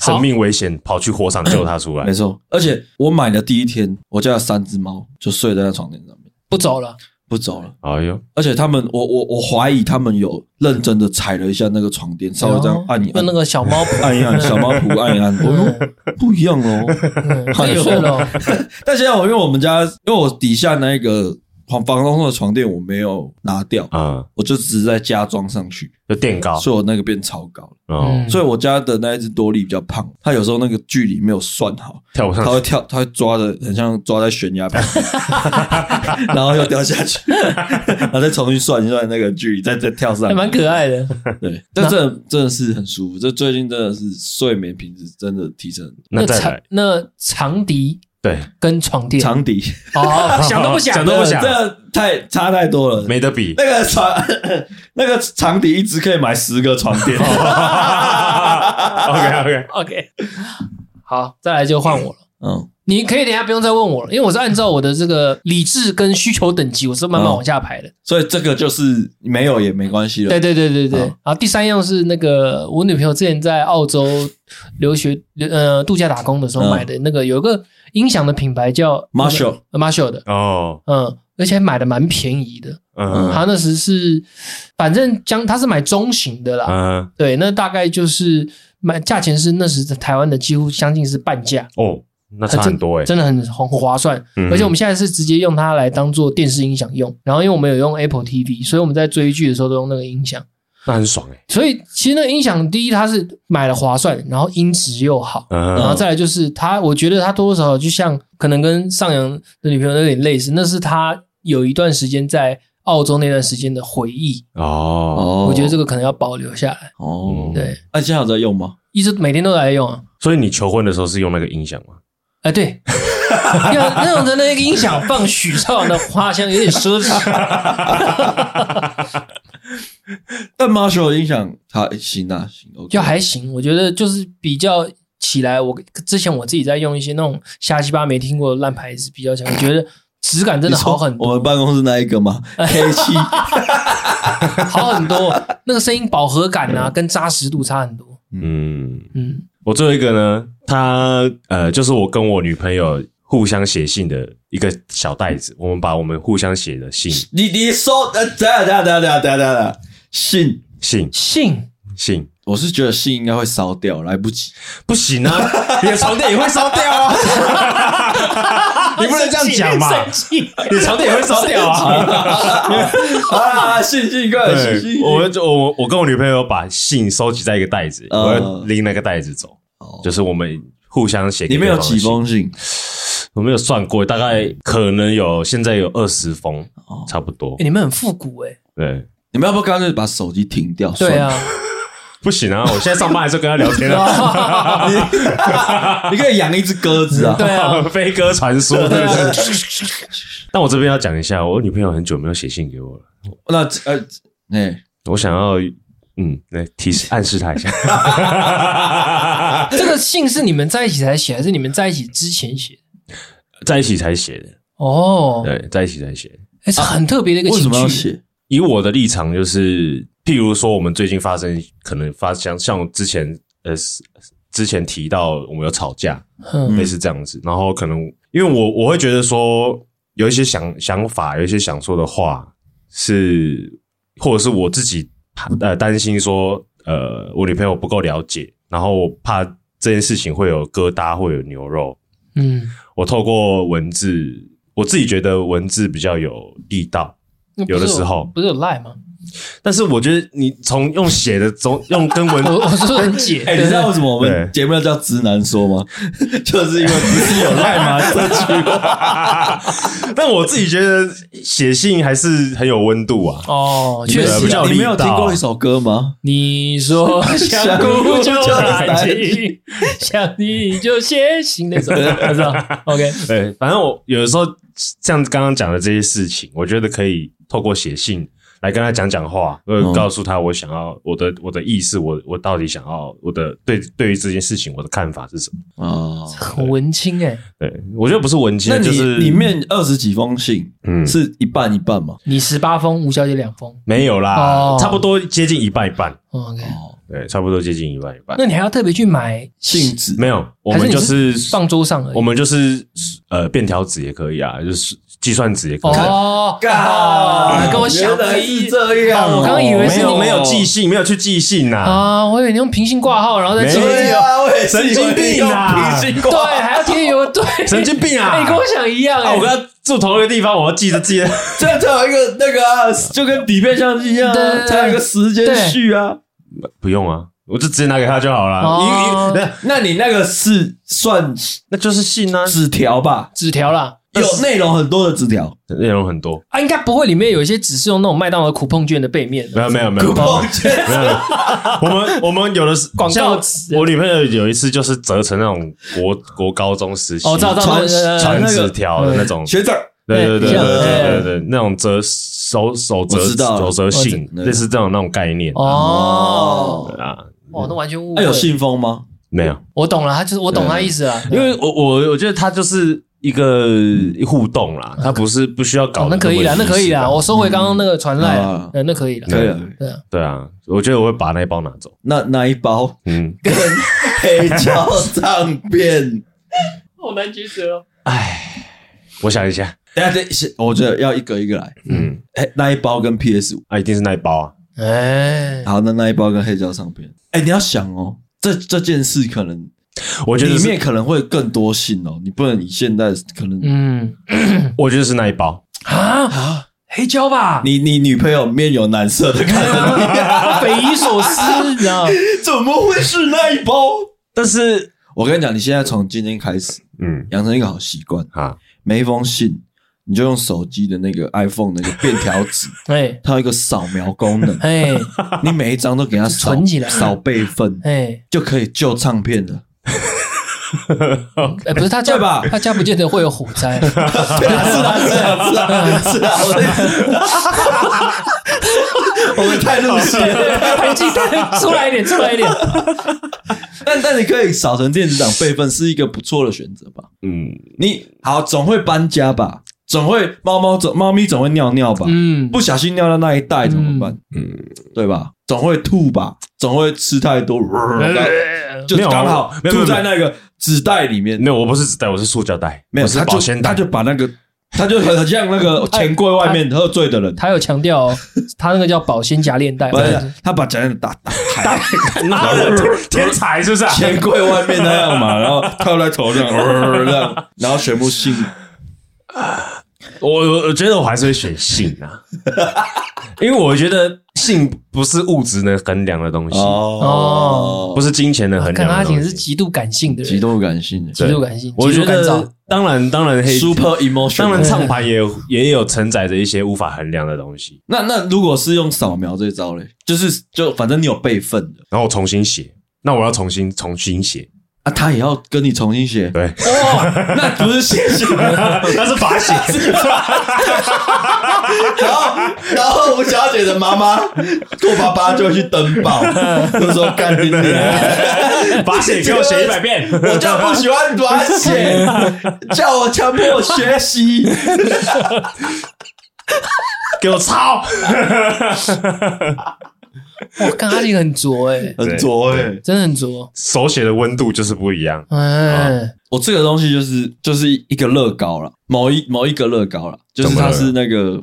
生命危险跑去火场救他出来没，错。而且我买的第一天，我家有三只猫就睡在那床垫上面，不走了，不走了。哎呦，而且他们，我我我怀疑他们有认真的踩了一下那个床垫，稍微这样按一哦按用那，个小猫按一按，小猫扑按一按，我说不一样哦。 嗯可以睡了，但现在我因为我们家，因为我底下那个房房东的床垫我没有拿掉，啊、我就只是在加装上去，就垫高，所以我那个变超高了。哦，嗯所以我家的那一只多利比较胖，它有时候那个距离没有算好，跳不上它去会跳，它会抓的很像抓在悬崖旁边，然后又掉下去， 然后再重新算一算那个距离，再再跳上还哎来。蛮可爱的。对，但这真的是很舒服。这最近真的是睡眠品质真的提升。那再长来，那长笛对，跟床垫，长笛哦，想都不想，想都不想这太差太多了。没得比，那个床， 那个长笛一直可以买十个床垫。哦哦 OK OK， OK，好，再来就换我了。嗯，你可以等一下不用再问我了，因为我是按照我的这个理智跟需求等级，我是慢慢哦往下排的。所以这个就是没有也没关系了。对对对对对。好然后第三样是那个我女朋友之前在澳洲留学呃度假打工的时候嗯买的那个，有一个音响的品牌叫呃 Marshall Marshall 的，哦，嗯，而且买的蛮便宜的。嗯他那时是反正将他是买中型的啦，嗯，对，那大概就是买价钱是那时台湾的几乎将近是半价，哦，那差很多哎、真的很很划算。嗯而且我们现在是直接用它来当做电视音响用，然后因为我们有用 Apple TV，所以我们在追剧的时候都用那个音响。那很爽哎、所以其实那个音响，第一它是买了划算，然后音质又好，然嗯后再来就是它，我觉得它多多少少就像可能跟上扬的女朋友有点类似，那是他有一段时间在澳洲那段时间的回忆，哦，哦我觉得这个嗯可能要保留下来。哦，对，那现在有在用吗？一直每天都来用啊。所以你求婚的时候是用那个音响吗？哎， 对，要那种的那个音响放许绍洋的花香有点奢侈。 但 Marshall 的音响它行啊，行，OK，就还行，我觉得就是比较起来，我之前我自己在用一些那种瞎鸡巴没听过的烂牌子比较强，我觉得质感真的好很哦 我多，们办公室那一 个吗？K 七好很多，那个声音饱和感啊，跟扎实度差很多。嗯，嗯我最后一个呢，它呃，就是我跟我女朋友互相写信的一个小袋子，我们把我们互相写的信、你你收呃，等下等下等下等下等下等下，信，信、信信，我是觉得信应该会烧掉，来 不及。不行啊，你的床垫也会烧掉啊， 你不能这样讲嘛，生气你的床垫也会烧掉啊。啊，信信快点，信对，信。我们就我我跟我女朋友把信收集在一个袋子，嗯我要拎那个袋子走，哦就是我们互相写。里面有几？封信？我没有算过，大概可能有现在有二十封，差不多欸。你们很复古哎、对，你们要不要干脆把手机停掉？对啊，不行啊，我现在上班还是跟他聊天啊。算了， 你可以养一只鸽子啊。对啊， 飞鸽传书，对对不啊对？，但我这边要讲一下，我女朋友很久没有写信给我了，那呃，哎，我想要嗯，来提示暗示她一下。这个信是你们在一起才写，还是你们在一起之前写？在一起才写的，哦，对，在一起才写的。哎、是很特别的一个为情什么要趣。写？以我的立场，就是譬如说，我们最近发生可能发像像之前呃是之前提到我们有吵架，嗯类似这样子，然后可能因为我我会觉得说有一些想想法，有一些想说的话是，或者是我自己怕呃担心说呃我女朋友不够了解，然后我怕这件事情会有疙瘩，会有牛肉，嗯，我透过文字，我自己觉得文字比较有力道，那不有的是时候不是有赖吗？但是我觉得你从用写的中用跟文哦我我是说很解，哎、你对知道为什么我对们节目要叫直男说吗？ 就是因为不是有赖 吗？这句话但我自己觉得写信还是很有温度啊。哦，你们确比实较啊，有你没有力道听啊过一首歌吗？你说想哭就来来信，想你就写信那种，我知道。OK，对，反正我有的时候像刚刚讲的这些事情，我觉得可以透过写信来跟他讲讲话，呃，嗯告诉他我想要我的我的意思，我我到底想要我的对对于这件事情我的看法是什么？啊，很文青哎、对我觉得不是文青那，你、就是里面二十几封信、嗯是一半一半嘛？你十八封，吴小姐两封。没有啦，哦差不多接近一半一半，哦 OK，哦，对，差不多接近一半一半。那你还要特别去买信纸没有，我还们是就你是放桌上而已。我们就是呃便条纸也可以啊，就是计算纸也可以。哦，啊跟我想原的来一是这样哦、我刚刚以为没是有你哦没有寄信，没有去寄信呐、啊，我以为你用平行挂号，然后再没寄有回去哦。啊，我也神经病啊平行对，还要贴 邮对，神经病啊！哎你跟我想一样啊，哎我跟。他住同一个地方，我要记着记着。这样才有一个那个啊，就跟底片相机一样、对对对啊，才有一个时间序啊。不用啊， 我就直接拿给他就好了。哦一一那那你那个是算那就是信啊，纸条吧？纸条啦，有内容很多的纸条，内容很多。啊，应该不会，里面有一些纸是用那种麦当劳苦碰券的背面没的，有没有没有没有，没有 没有我们我们有的是广告像我女朋友有一次就是折成那种国国高中时期哦，照照传照，传传那纸个条的那种，学长，对对对对对对像对对对，那种折手手折嗯我知道手了折信，我知类似这种那种概念哦，哎对啊，哇，那完全误那、会。有信封吗？没有。我懂了，他就是我懂他意思啊了，因为我我我觉得他就是一个互动啦，他不是不需要搞哦那得可以么啦，那可以仪式啦，感我收回刚刚那个传赖啊好啊，呃，那可以啦，可以啊对啊，对啊，我觉得我会把那一包拿走。那那 一包嗯，跟黑胶唱片，好难抉择哦。我想一下，等一下等一下，我觉得要一个一个来。嗯，哎，那一包跟 PS 五，啊，一定是那一包啊。哎，好，那那一包跟黑胶唱片。哎，你要想哦，这这件事可能我觉得里是面可能会更多信哦，你不能以现在可能嗯我觉得是那一包。啊，啊，黑胶吧，你你女朋友面有难色的看着你，匪夷所思，你知 道吗？怎么会是那一包？但是，我跟你讲，你现在从今天开始嗯，养成一个好习惯，啊，每一封信你就用手机的那个 iPhone 那个便条 纸，哎它有一个扫描功 能，哎你每一张都给它扫存起来扫备份，哎，就可以救唱片了。哎不是他家对吧他家不见得会有火灾， 是啊，是啊，是啊，是啊，我的 我们太入戏了。很鸡蛋出来一点，出来一点。但但你可以扫成电子档备份，是一个不错的选择吧？嗯，你好，总会搬家吧？总会猫猫总猫咪总会尿尿 吧？嗯，不小心尿到那一袋怎么办？嗯嗯，对吧？总会吐吧？总会吃太多，就没有啊刚好没有没有吐在那个纸袋里面。没有，我不是纸袋，我是塑胶袋，没有，我是他保就鲜他 袋。哎就把那个，他就很像那 个钱柜外面喝醉的人，他有强调哦，他那个叫保鲜夹哎链带，不是他把钱袋打打开。妈的，天天才是不是啊？钱柜外面那样嘛，然后套在头 上，呃这样，然后全部信。我我我觉得我还是会选信 啊，因为我觉得信不是物质能衡量的东西，哦哦不是金钱能衡看量他的简东直是。西极度感性的人，极度感性极度感性，我极觉度干燥得。当然当然黑，super emotion。当然，唱盘也也有承载着一些无法衡量的东西。那那如果是用扫描这招嘞，就是就反正你有备份的然后我重新写，那我要重新重新写，啊，他也要跟你重新写。对， 哇，那不是啊谢谢。 那是罚写。然后然后吴小姐的妈妈郭爸爸就会去登报，就说干你娘。 罚写给我写一百遍。我就不喜欢短写，叫我强迫我学习。给我抄，我看他这个很浊哎， 很浊哎、真的很浊。手写的温度就是不一样。哎，我这个东西就是就是一个乐高了，某一某一个乐高了，就是怎么了它是那个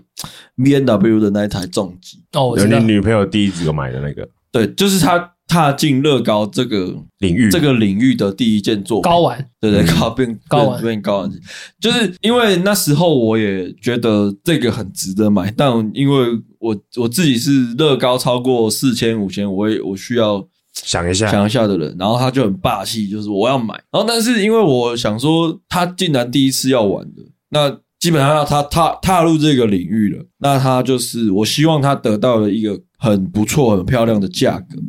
B N W 的那一台重机，哦，我有知你道，女朋友第一个买的那个对，就是它踏进乐高这个领域，这个领域的第一件作品，睾丸对对，高变高变玩变高玩，就是因为那时候我也觉得这个很值得买，但因为我我自己是乐高超过四千五千，我会我需要想一下，想一下的人，然后他就很霸气，就是我要买。然后但是因为我想说，他竟然第一次要玩的，那基本上他踏踏入这个领域了，那他就是我希望他得到了一个很不错、很漂亮的价格，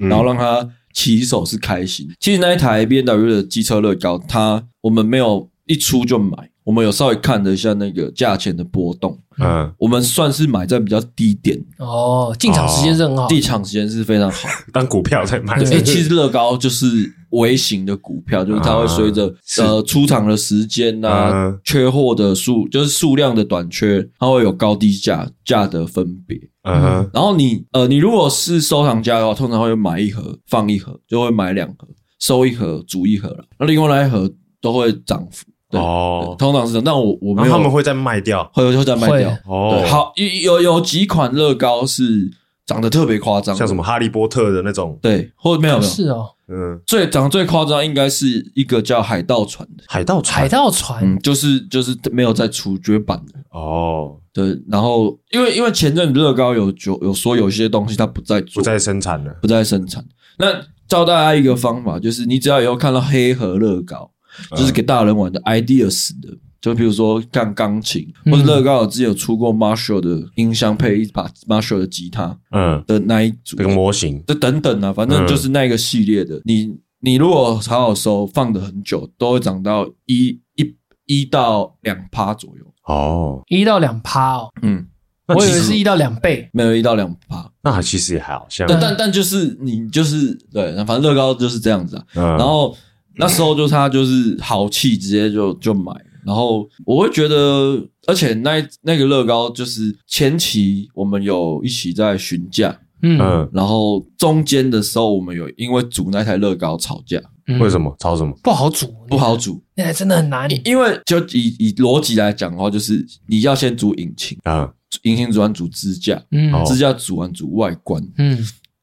嗯然后让他骑手是开心。其实那一台 B N W 的机车乐高，它我们没有一出就买，我们有稍微看了一下那个价钱的波动，嗯，我们算是买在比较低点，哦，进场时间是很好，地场时间是非常好。 当股票在买，对，其实乐高就是微型的股票，就是它会随着、是呃出厂的时间呐、啊嗯缺货的数，就是数量的短缺，它会有高低价价的分别。嗯哼，然后你呃，你如果是收藏家的话，通常会买一盒放一盒，就会买两盒，收一盒煮一盒了，那另外那一盒都会涨幅。对，哦对通常是这样，但我我然后没有他们会再卖掉，会会再卖会掉。哦对，，好有有有几款乐高是长得特别夸张的，像什么哈利波特的那种，对，或没有没有是哦，嗯，最长最夸张应该是一个叫海盗船的，海盗船海，盗船嗯，就是就是没有在处决版的。哦，对，然后因为因为前阵子乐高有有有说有些东西它不再做，不再生产了，不再生产。那教大家一个方法，就是你只要以后看到黑盒乐高，就是给大人玩的 ideas 的，就比如说干钢琴，或者嗯乐高有之前有出过 Marshall 的音箱配一把 Marshall 的吉他嗯，的那一组这，个模型，这等等啊，反正就是那个系列的。你你如果好好收，放的很久，都会涨到一一一到两趴左右。哦，一到两趴哦，嗯，那我以其为实是一到两倍，没有一到两趴，那其实也还好像，但但但就是你就是对，反正乐高就是这样子啊。嗯然后那时候就他就是豪气，直接就就买。然后我会觉得，而且那一那个乐高就是前期我们有一起在询价，嗯，嗯，然后中间的时候我们有因为组那台乐高吵架，为什么么炒什么？嗯不好煮？不好组，那台真的很难，因为就以以逻辑来讲的话，就是你要先组引擎，啊，引擎组完组支架，嗯哦支架组完组外观，嗯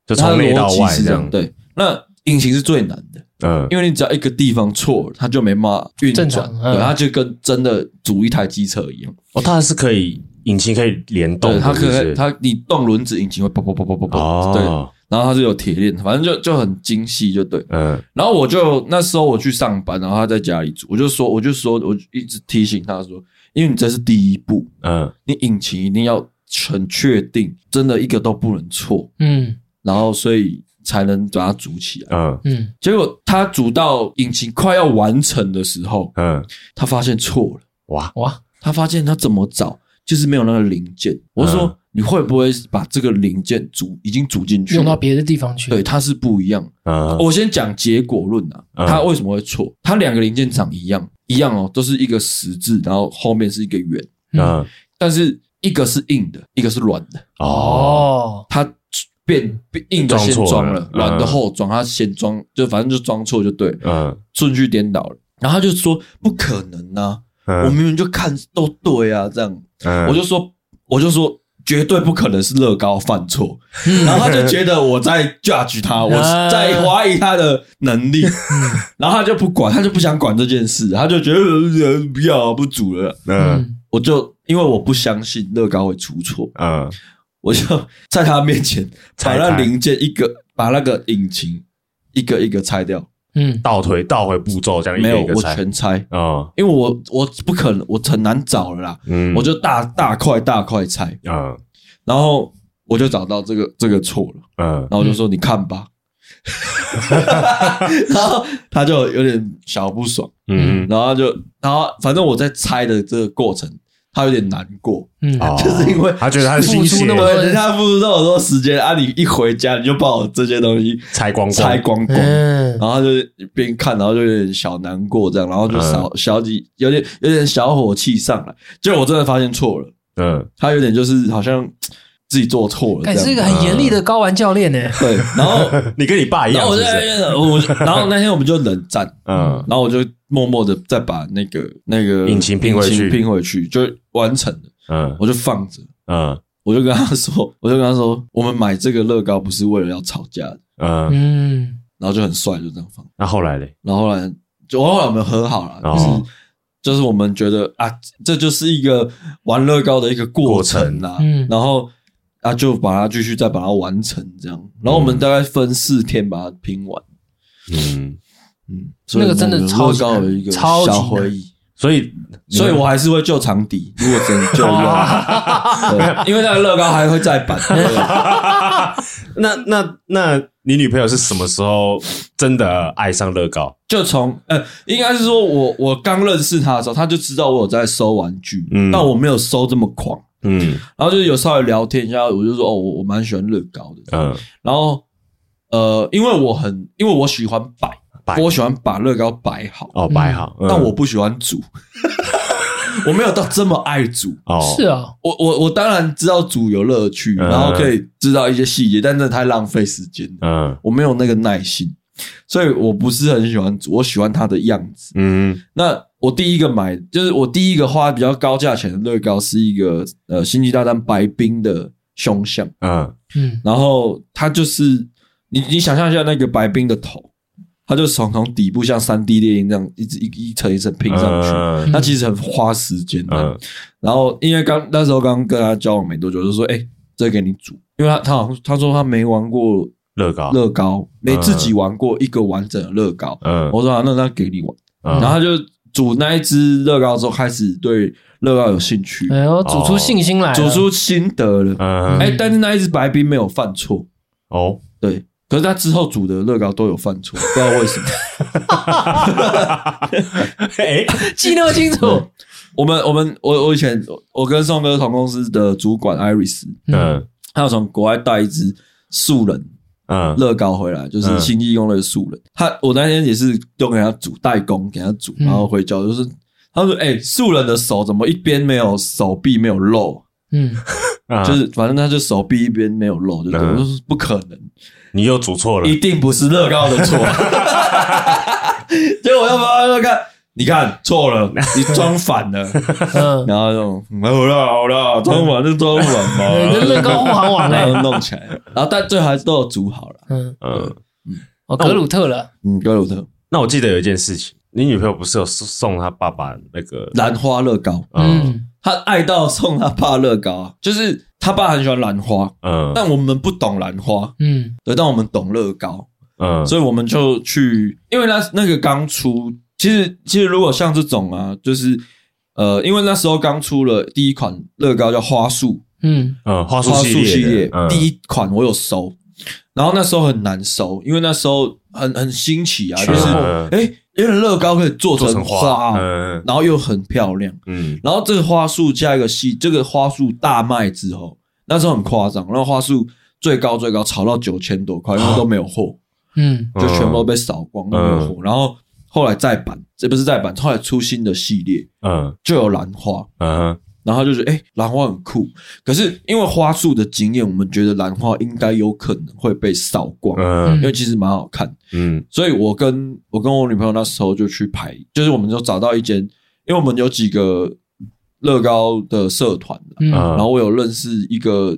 就它从的内到逻辑外是这这样，对，那引擎是最难的，嗯，因为你只要一个地方错了，它就没办法运正转，常嗯对，它就跟真的组一台机车一样，哦，它是可以引擎可以联动哦对，的，它是不可是能它你动轮子，引擎会啵啵啵啵啵啵，对，哦，然后它是有铁链，反正就就很精细，就对。嗯然后我就那时候我去上班，然后他在家里组，我就说我就说我就一直提醒他说，因为你这是第一步，嗯，你引擎一定要很确定，真的一个都不能错，嗯然后所以才能把它组起来。嗯嗯，结果他组到引擎快要完成的时候，嗯，他发现错了，哇，哇，他发现他怎么找就是没有那个零件。我就说、嗯你会不会把这个零件组已经组进去了用到别的地方去，对，，它是不一样。嗯我先讲结果论啊，嗯它为什么会错？它两个零件长一样，一样哦，都是一个十字，然后后面是一个圆，嗯嗯，但是一个是硬的，一个是软的。哦，哦，它变变硬的装先错装了了，软的嗯后装，它先装，就反正就装错就对了，嗯顺序颠倒了。然后他就说不可能啊，我嗯，明明就看都对啊，这样嗯我就说我就说。绝对不可能是乐高犯错，嗯然后他就觉得我在 judge 他，我啊在怀疑他的能力，嗯然后他就不管，他就不想管这件事，他就觉得呃不要不组了。嗯嗯我就因为我不相信乐高会出错，嗯，我就在他面前把拆那开零件一个，把那个引擎一个一个拆掉，嗯，倒推倒回步骤，这样一没个有一个我拆，全拆，嗯因为我我不可能，我很难找了啦，嗯，我就大大块大块拆，嗯然后我就找到这个这个错了，嗯然后我就说你看 吧，然后他就有点小不爽，嗯然后他就然后反正我在拆的这个过程，他有点难过，嗯，哦 就是因为他觉得他的心付血出那么对，人家付出那么多时间啊，你一回家你就把我这些东西拆光光拆，光光，嗯然，后就一边看，然后就有点小难过这样，然后就小嗯小几有点有点小火气上来。结果我真的发现错了，嗯他有点就是好像自己做错了这哎，样。是一个很严厉的高玩教练呢， 对，然后你跟你 爸一然样后我是就不是？我就然后那天我们就冷战，嗯然后我就默默的再把那个那个引擎拼回去引擎拼回去就完成了，嗯我就放着。嗯我就跟他说， 我就跟他说，我们买这个乐高不是为了要吵架的，嗯，嗯然后就很帅就这样放。那后来嘞？然后后来就后来我们和好了，就是、哦就是我们觉得啊，这就是一个玩乐高的一个过程啦。嗯然后啊，就把它继续再把它完成这样。然后我们大概分四天把它拼完，嗯，嗯，所以那个真的超级高有一个超级小回忆，所以 所以我还是会救场底，如果真的救的 话，对因为那个乐高还会再版。那那那你女朋友是什么时候真的爱上乐高？就从呃，应该是说我我刚认识他的时候，他就知道我有在收玩具，嗯但我没有收这么狂。嗯然后就是有稍微聊天一下，我就说哦，我我蛮喜欢乐高的。嗯然后呃，因为我很因为我喜欢摆，摆我喜欢把乐高摆好，哦，摆好，嗯但我不喜欢 煮，我没有到这么爱煮。哦是啊，我我我当然知道煮有乐趣，嗯然后可以知道一些细节，但真的太浪费时间了，嗯我没有那个耐心，所以我不是很喜欢煮，我喜欢它的样子。嗯那我第一个买就是我第一个花比较高价钱的乐高是一个呃《星际大战》白冰的胸像，嗯嗯，然后它就是你你想象一下那个白冰的头，它就从从底部像三 D 猎鹰这样一直一一层一层拼上去，嗯它其实很花时间的。嗯然后因为刚那时候刚跟他交往没多久，就说哎、这给你煮，因为他他好像他说他没玩过乐高，乐高，没自己玩过一个完整的乐高。嗯我说啊好，那那给你玩。嗯然后他就煮那一只乐高之后，开始对乐高有兴趣，哎呦，煮出信心来了，煮哦出心得了。嗯哎，但是那一只白冰没有犯错，哦，对。可是他之后煮的乐高都有犯错，不知道为什么。 哎记那么清楚，我们我们我我以前我跟宋哥同公司的主管艾瑞斯，嗯嗯他有从国外带一只素人嗯乐高回来，就是嗯星际用的素人。他我那天也是都给他煮代工，给他煮，嗯然后回家就是他说：“哎，素人的手怎么一边没有手臂没有肉？”嗯，嗯，就是反正他就手臂一边没有肉，就对嗯我就说不可能，你又煮错了一，定不是乐高 的错。结果我要把乐看，你看错了，你装反 了，嗯，然后就嗯好了好了，装反就装 反你的嘛，乐高护航网然嘞，后弄起来了，然后但最后还是都有煮好了。嗯，嗯。呃哦，格鲁特了，嗯，格鲁特那我记得有一件事情，你女朋友不是有送送她爸爸那个兰花乐高，嗯嗯，他爱到送他爸乐高啊，就是他爸很喜欢兰花，嗯但我们不懂兰花，嗯，对，但我们懂乐高，嗯所以我们就去，因为那那个刚出，其实其实如果像这种啊，就是呃，因为那时候刚出了第一款乐高叫花束，嗯，嗯花束花束系系列列的嗯第一款我有收，然后那时候很难收，因为那时候很很新奇啊，全就是嗯哎，因为乐高可以做做成成花花，啊，嗯然后又很漂亮，嗯然后这个花束加一个系，这个花束大卖之后，那时候很夸张，那花束最高最高炒到九千多块，因为都没有货。嗯，嗯就全部都被扫光，都没有货。然后后来再版，这不是再版，后来出新的系列嗯就有兰花，嗯然后就是哎、诶兰花很酷。可是因为花束的经验，我们觉得兰花应该有可能会被扫光，因嗯为其实蛮好看。嗯所以我跟我跟我女朋友那时候就去排，就是我们就找到一间，因为我们有几个乐高的社团，啊嗯，然后我有认识一个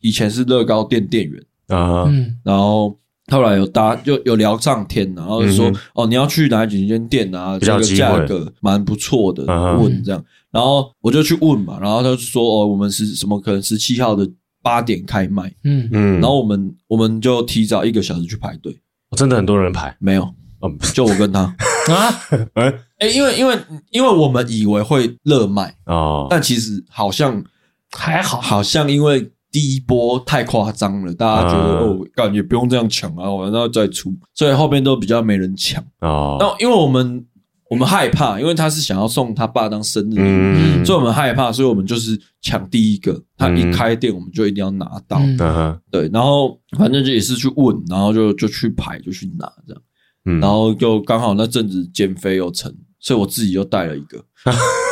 以前是乐高店店员。嗯嗯，然后后来有搭就有聊上天，然后就说、嗯哼哦，你要去哪几间店啊？比这较有个机会价格蛮不错的，嗯哼问这样。然后我就去问嘛，然后他就说哦，我们是什么可能十七号的八点开卖，嗯，嗯，然后我们我们就提早一个小时去排队，真的很多人排，没有，嗯就我 跟他。啊，哎哎，因为因为因为我们以为会热卖，哦但其实好像哦还好，好像因为第一波太夸张了，大家觉嗯得、哦，感觉不用这样抢啊，我那再出，所以后面都比较没人抢。哦，那因为我们我们害怕，因为他是想要送他爸当生日礼物，嗯所以我们害怕，所以我们就是抢第一个，他一开店我们就一定要拿到。嗯嗯哼对，然后反正就也是去问，然后就就去排，就去拿这样，嗯，然后就刚好那阵子减肥有成，所以我自己又带了一 个，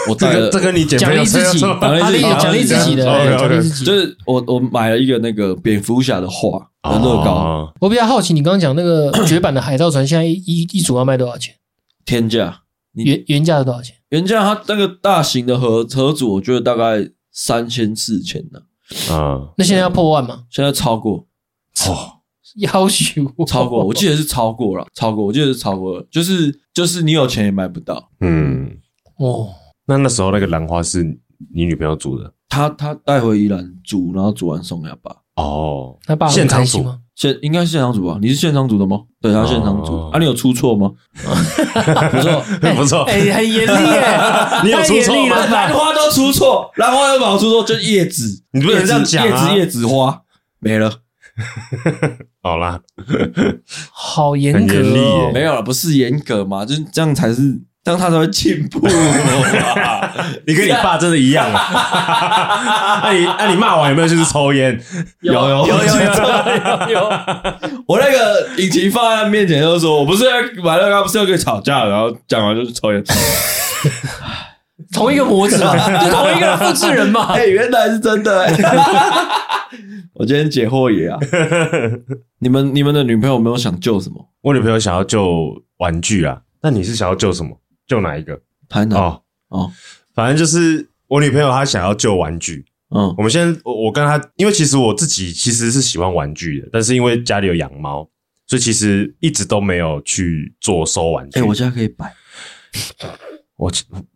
我这带了个这个你减奖肥有哦励自己，成功奖励奖励自己 的，哎奖励自己。就是我我买了一个那个蝙蝠侠的画的乐高，哦我比较好奇，你刚刚讲那个绝版的海盗船，现在一一一组要卖多少钱？天价原原价是多少钱？原价它那个大型的盒盒组，我觉得大概三千四千呢，嗯那现在要破万吗？现在超过。哦要求超过，我记得是超过了，超过，我记得是超过了，就是就是你有钱也买不到，嗯，哦，那那时候那个兰花是你女朋友煮的？他他带回宜兰煮，然后煮完送给他爸。哦，他爸会现场开心煮吗？现应该是现场煮吧？你是现场煮的吗？对，他现场煮的哦啊，你有出错吗？不错，不错。！哎，很严厉耶 你有出太严错吗厉 了兰吧？花都出错，兰花有宝出错，就是叶子，你不能这样讲啊叶子叶子花没了，好啦，好严格很严厉耶哦没！有了，不是严格嘛，就是这样才是，这样他才会进步嘛。 你跟你爸真的一样啊。 那你那你骂完有没有就是抽烟？有有有 有有有。我那个引擎放在他面前，就说我不是要买乐高，不是要跟你吵架，然后讲完就是 抽烟。 同一个模子嘛，就同一个复制人嘛 哎、。原来是真的、欸。我今天解惑 也啊！你们你们的女朋友有没有想救什么？我女朋友想要救玩具啊，那你是想要救什么？救哪一个？台南哦哦，反正就是我女朋友她想要救玩具。嗯我们先我我跟她，因为其实我自己其实是喜欢玩具的，但是因为家里有养猫，所以其实一直都没有去做收玩具。哎、我家可以摆，我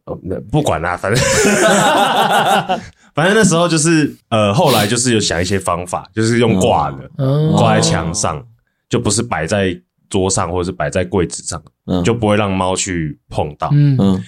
呃那不管啦、反正反正那时候就是呃，后来就是有想一些方法，就是用挂的、嗯挂在墙上，就不是摆在桌上或者是摆在柜子上，嗯就不会让猫去碰到。嗯嗯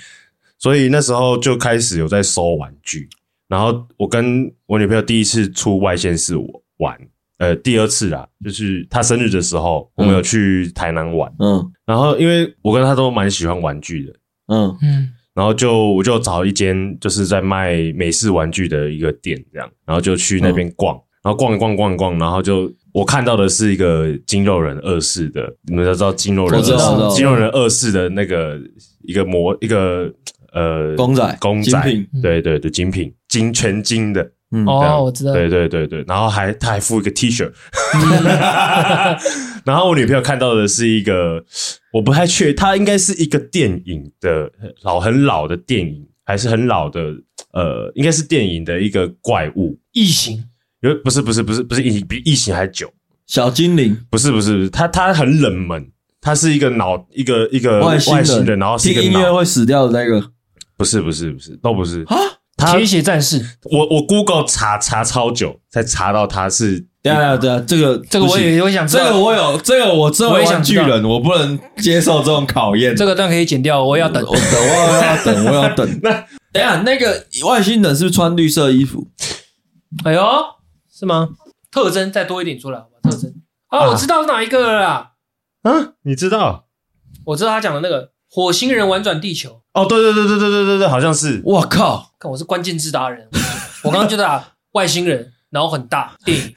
所以那时候就开始有在收玩具。然后我跟我女朋友第一次出外县市玩，呃，第二次啦，就是她生日的时候，我们有去台南玩。嗯然后因为我跟她都蛮喜欢玩具的，嗯嗯，然后就我就找一间就是在卖美式玩具的一个店，这样，然后就去那边逛，嗯然后逛一逛逛一逛，然后就我看到的是一个筋肉人二世的，你们都知道筋肉人我知二道世我知道筋肉人二世的那个一个模一个呃公仔公精仔品，对对对，精品金全金的，嗯这哦，样我知道，对对对对，然后还他还附一个 T 恤，然后我女朋友看到的是一个，我不太确，它应该是一个电影的老很老的电影，还是很老的呃，应该是电影的一个怪物，异形有不是不是不是不是异形比异形还久，小精灵，不是不是不是，它它很冷门，它是一个脑一个一个呃外星星人，人，然后是一听个音乐脑，会死掉的那个不是不是不是都不是，啊。它铁血战士，我我 Google 查查超久才查到它是对啊对啊，这个这个我不行也我也想知这道，个我有，这个我作我为也想玩具人，我不能接受这种考验。这个段可以剪掉，我要等。我等，我要等，我要等。 那等一下，那个外星人是不是穿绿色衣服？哎呦，是吗？特征再多一点出来，好吧？特征啊哦，我知道是哪一个了啦，啊，你知道。我知道他讲的那个火星人玩转地球，哦，对对对对对对对对，好像是。我靠！看我是关键字达人， 我刚刚就打外星人，然后很大电影，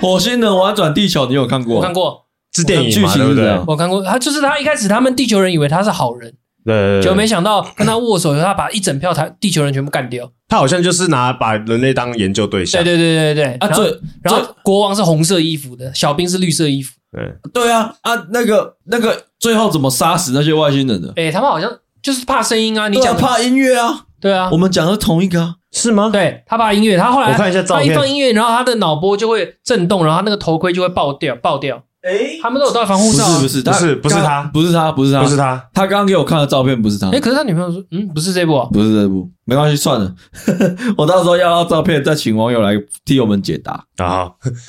火星人玩转地球，你有看过？我看过，是电影剧嘛，情对不是对这？样我看过，他就是他一开始他们地球人以为他是好人，对对对，结果没想想到跟他握手以后，他把一整票台地球人全部干掉。他好像就是拿把人类当研究对象。对对对对对，啊，然后最然后国王是红色衣服的，小兵是绿色衣服。对对啊啊，那个那个，最后怎么杀死那些外星人的？哎，他们好像就是怕声音啊，你对啊讲的怕音乐啊，对啊我，们讲的同一个啊。是吗？对他怕音乐，他后来我看一下照他一片放音乐，然后他的脑波就会震动，然后他那个头盔就会爆掉，爆掉。哎，他们都有戴防护不罩啊。是不是啊不是不是他刚不是他，不是他，不是。他，他刚刚给我看的照片不是他，哎，可是他女朋友说，嗯，不是这部啊。不是这部，没关系，算了。 我到时候要到照片，再请网友来替我们解答然后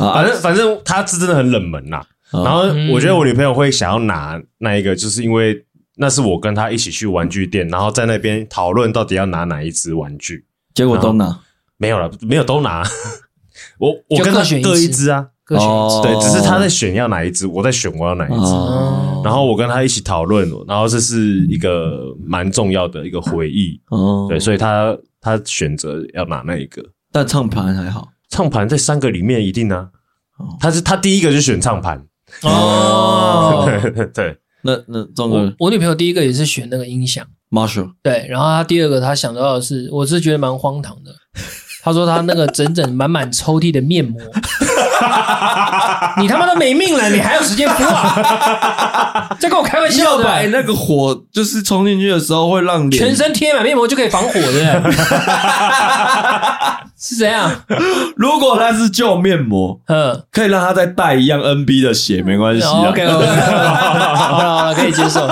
啊反。正反正他是真的很冷门呐。啊然后嗯我觉得我女朋友会想要拿那一个，就是因为那是我跟她一起去玩具店，然后在那边讨论到底要拿哪一只玩具。结果都拿没有了，没有都拿。 我我就跟她各选一各一只只啊，各选一哦对，只是她在选要哪一只，我在选我要哪一只。啊哦然后我跟他一起讨论，然后这是一个蛮重要的一个回忆，哦对，所以他他选择要拿那一个但唱盘还好。唱盘，在三个里面一定啊哦，他是他第一个就选唱盘， 哦。对，那那中我个我女朋友第一个也是选那个音响。 Marshall 对，然后他第二个他想到的是，我是觉得蛮荒唐的。他说他那个整整满满抽屉的面膜，你他妈都没命了，你还有时间敷啊？在跟我开玩笑要的啊摆？那个火，就是冲进去的时候会让脸全身贴满面膜就可以防火的， 是怎样？ 如果它是旧面膜，嗯。可以让它再带一样 NB 的血，没关系哦啊。 OK OK，好了好了，可以接受。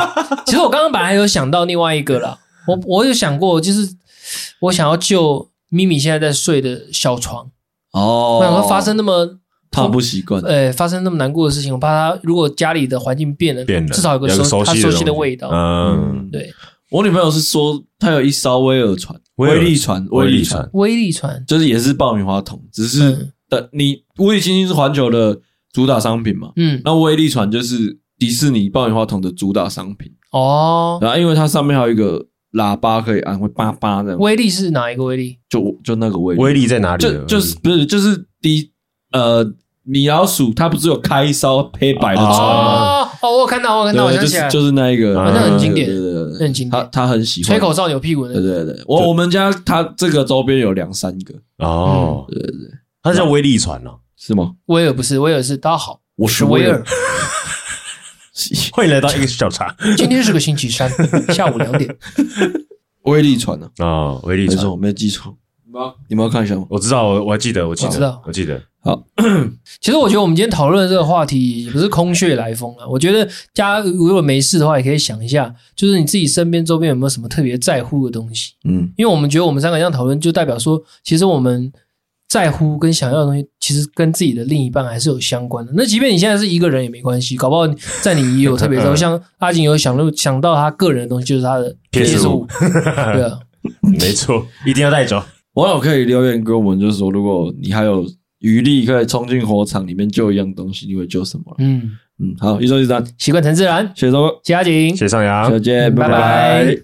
其实我刚刚本来有想到另外一个啦，我我有想过，就是我想要救咪咪现在在睡的小床，哦我想说发生那么。他不习惯，呃，发生那么难过的事情，我怕他如果家里的环境变了，变了，至少有个有熟他悉熟东悉西的味道。嗯，对，我女朋友是说她有一艘威尔船、威尔威力船、威力力船船，威力船，就是也是爆米花桶，只是嗯但你威力星星是环球的主打商品嘛，嗯，那威力船就是迪士尼爆米花桶的主打商品，哦，然后因为它上面还有一个喇叭可以按，会叭叭这样，威力是哪一个威力？就就那个威力，威力在哪里呢？就就是不是就是迪呃米老鼠，它不是有开一艘黑白的船吗？哦，哦，我有看到，我有看到，我对，想就起来是了，哦就是那一个，啊那很经典对对对对那很经典他他很喜欢吹口哨扭屁股对的，对对，我我们家它这个周边有两三个，哦，嗯对对，它叫威力船哦。是吗？威尔不是威尔是，大家好，我是威尔，， 欢迎来到 X 小茶今天是个星期三，下午两点，威力啊船呢？哦，威力没船错，，我没有记错。你们要看一下吗？我知道，我我还记得，我记我知得道，我记得，其实我觉得我们今天讨论的这个话题也不是空穴来风啊了。我觉得大家如果没事的话，也可以想一下，就是你自己身边周边有没有什么特别在乎的东西。嗯，因为我们觉得我们三个这样讨论，就代表说，其实我们在乎跟想要的东西，其实跟自己的另一半还是有相关的。那即便你现在是一个人也没关系，搞不好在你也有特别在乎。像阿锦有想到想到他个人的东西，就是他的 PS5 对啊，没错，一定要带走。网友可以留言给我们，就是说，如果你还有余力，可以冲进火场里面救一样东西，你会救什么了？嗯，嗯，好，一周一单，习惯成自然。谢谢收看，谢谢阿锦，谢谢上扬下，次见，拜拜拜拜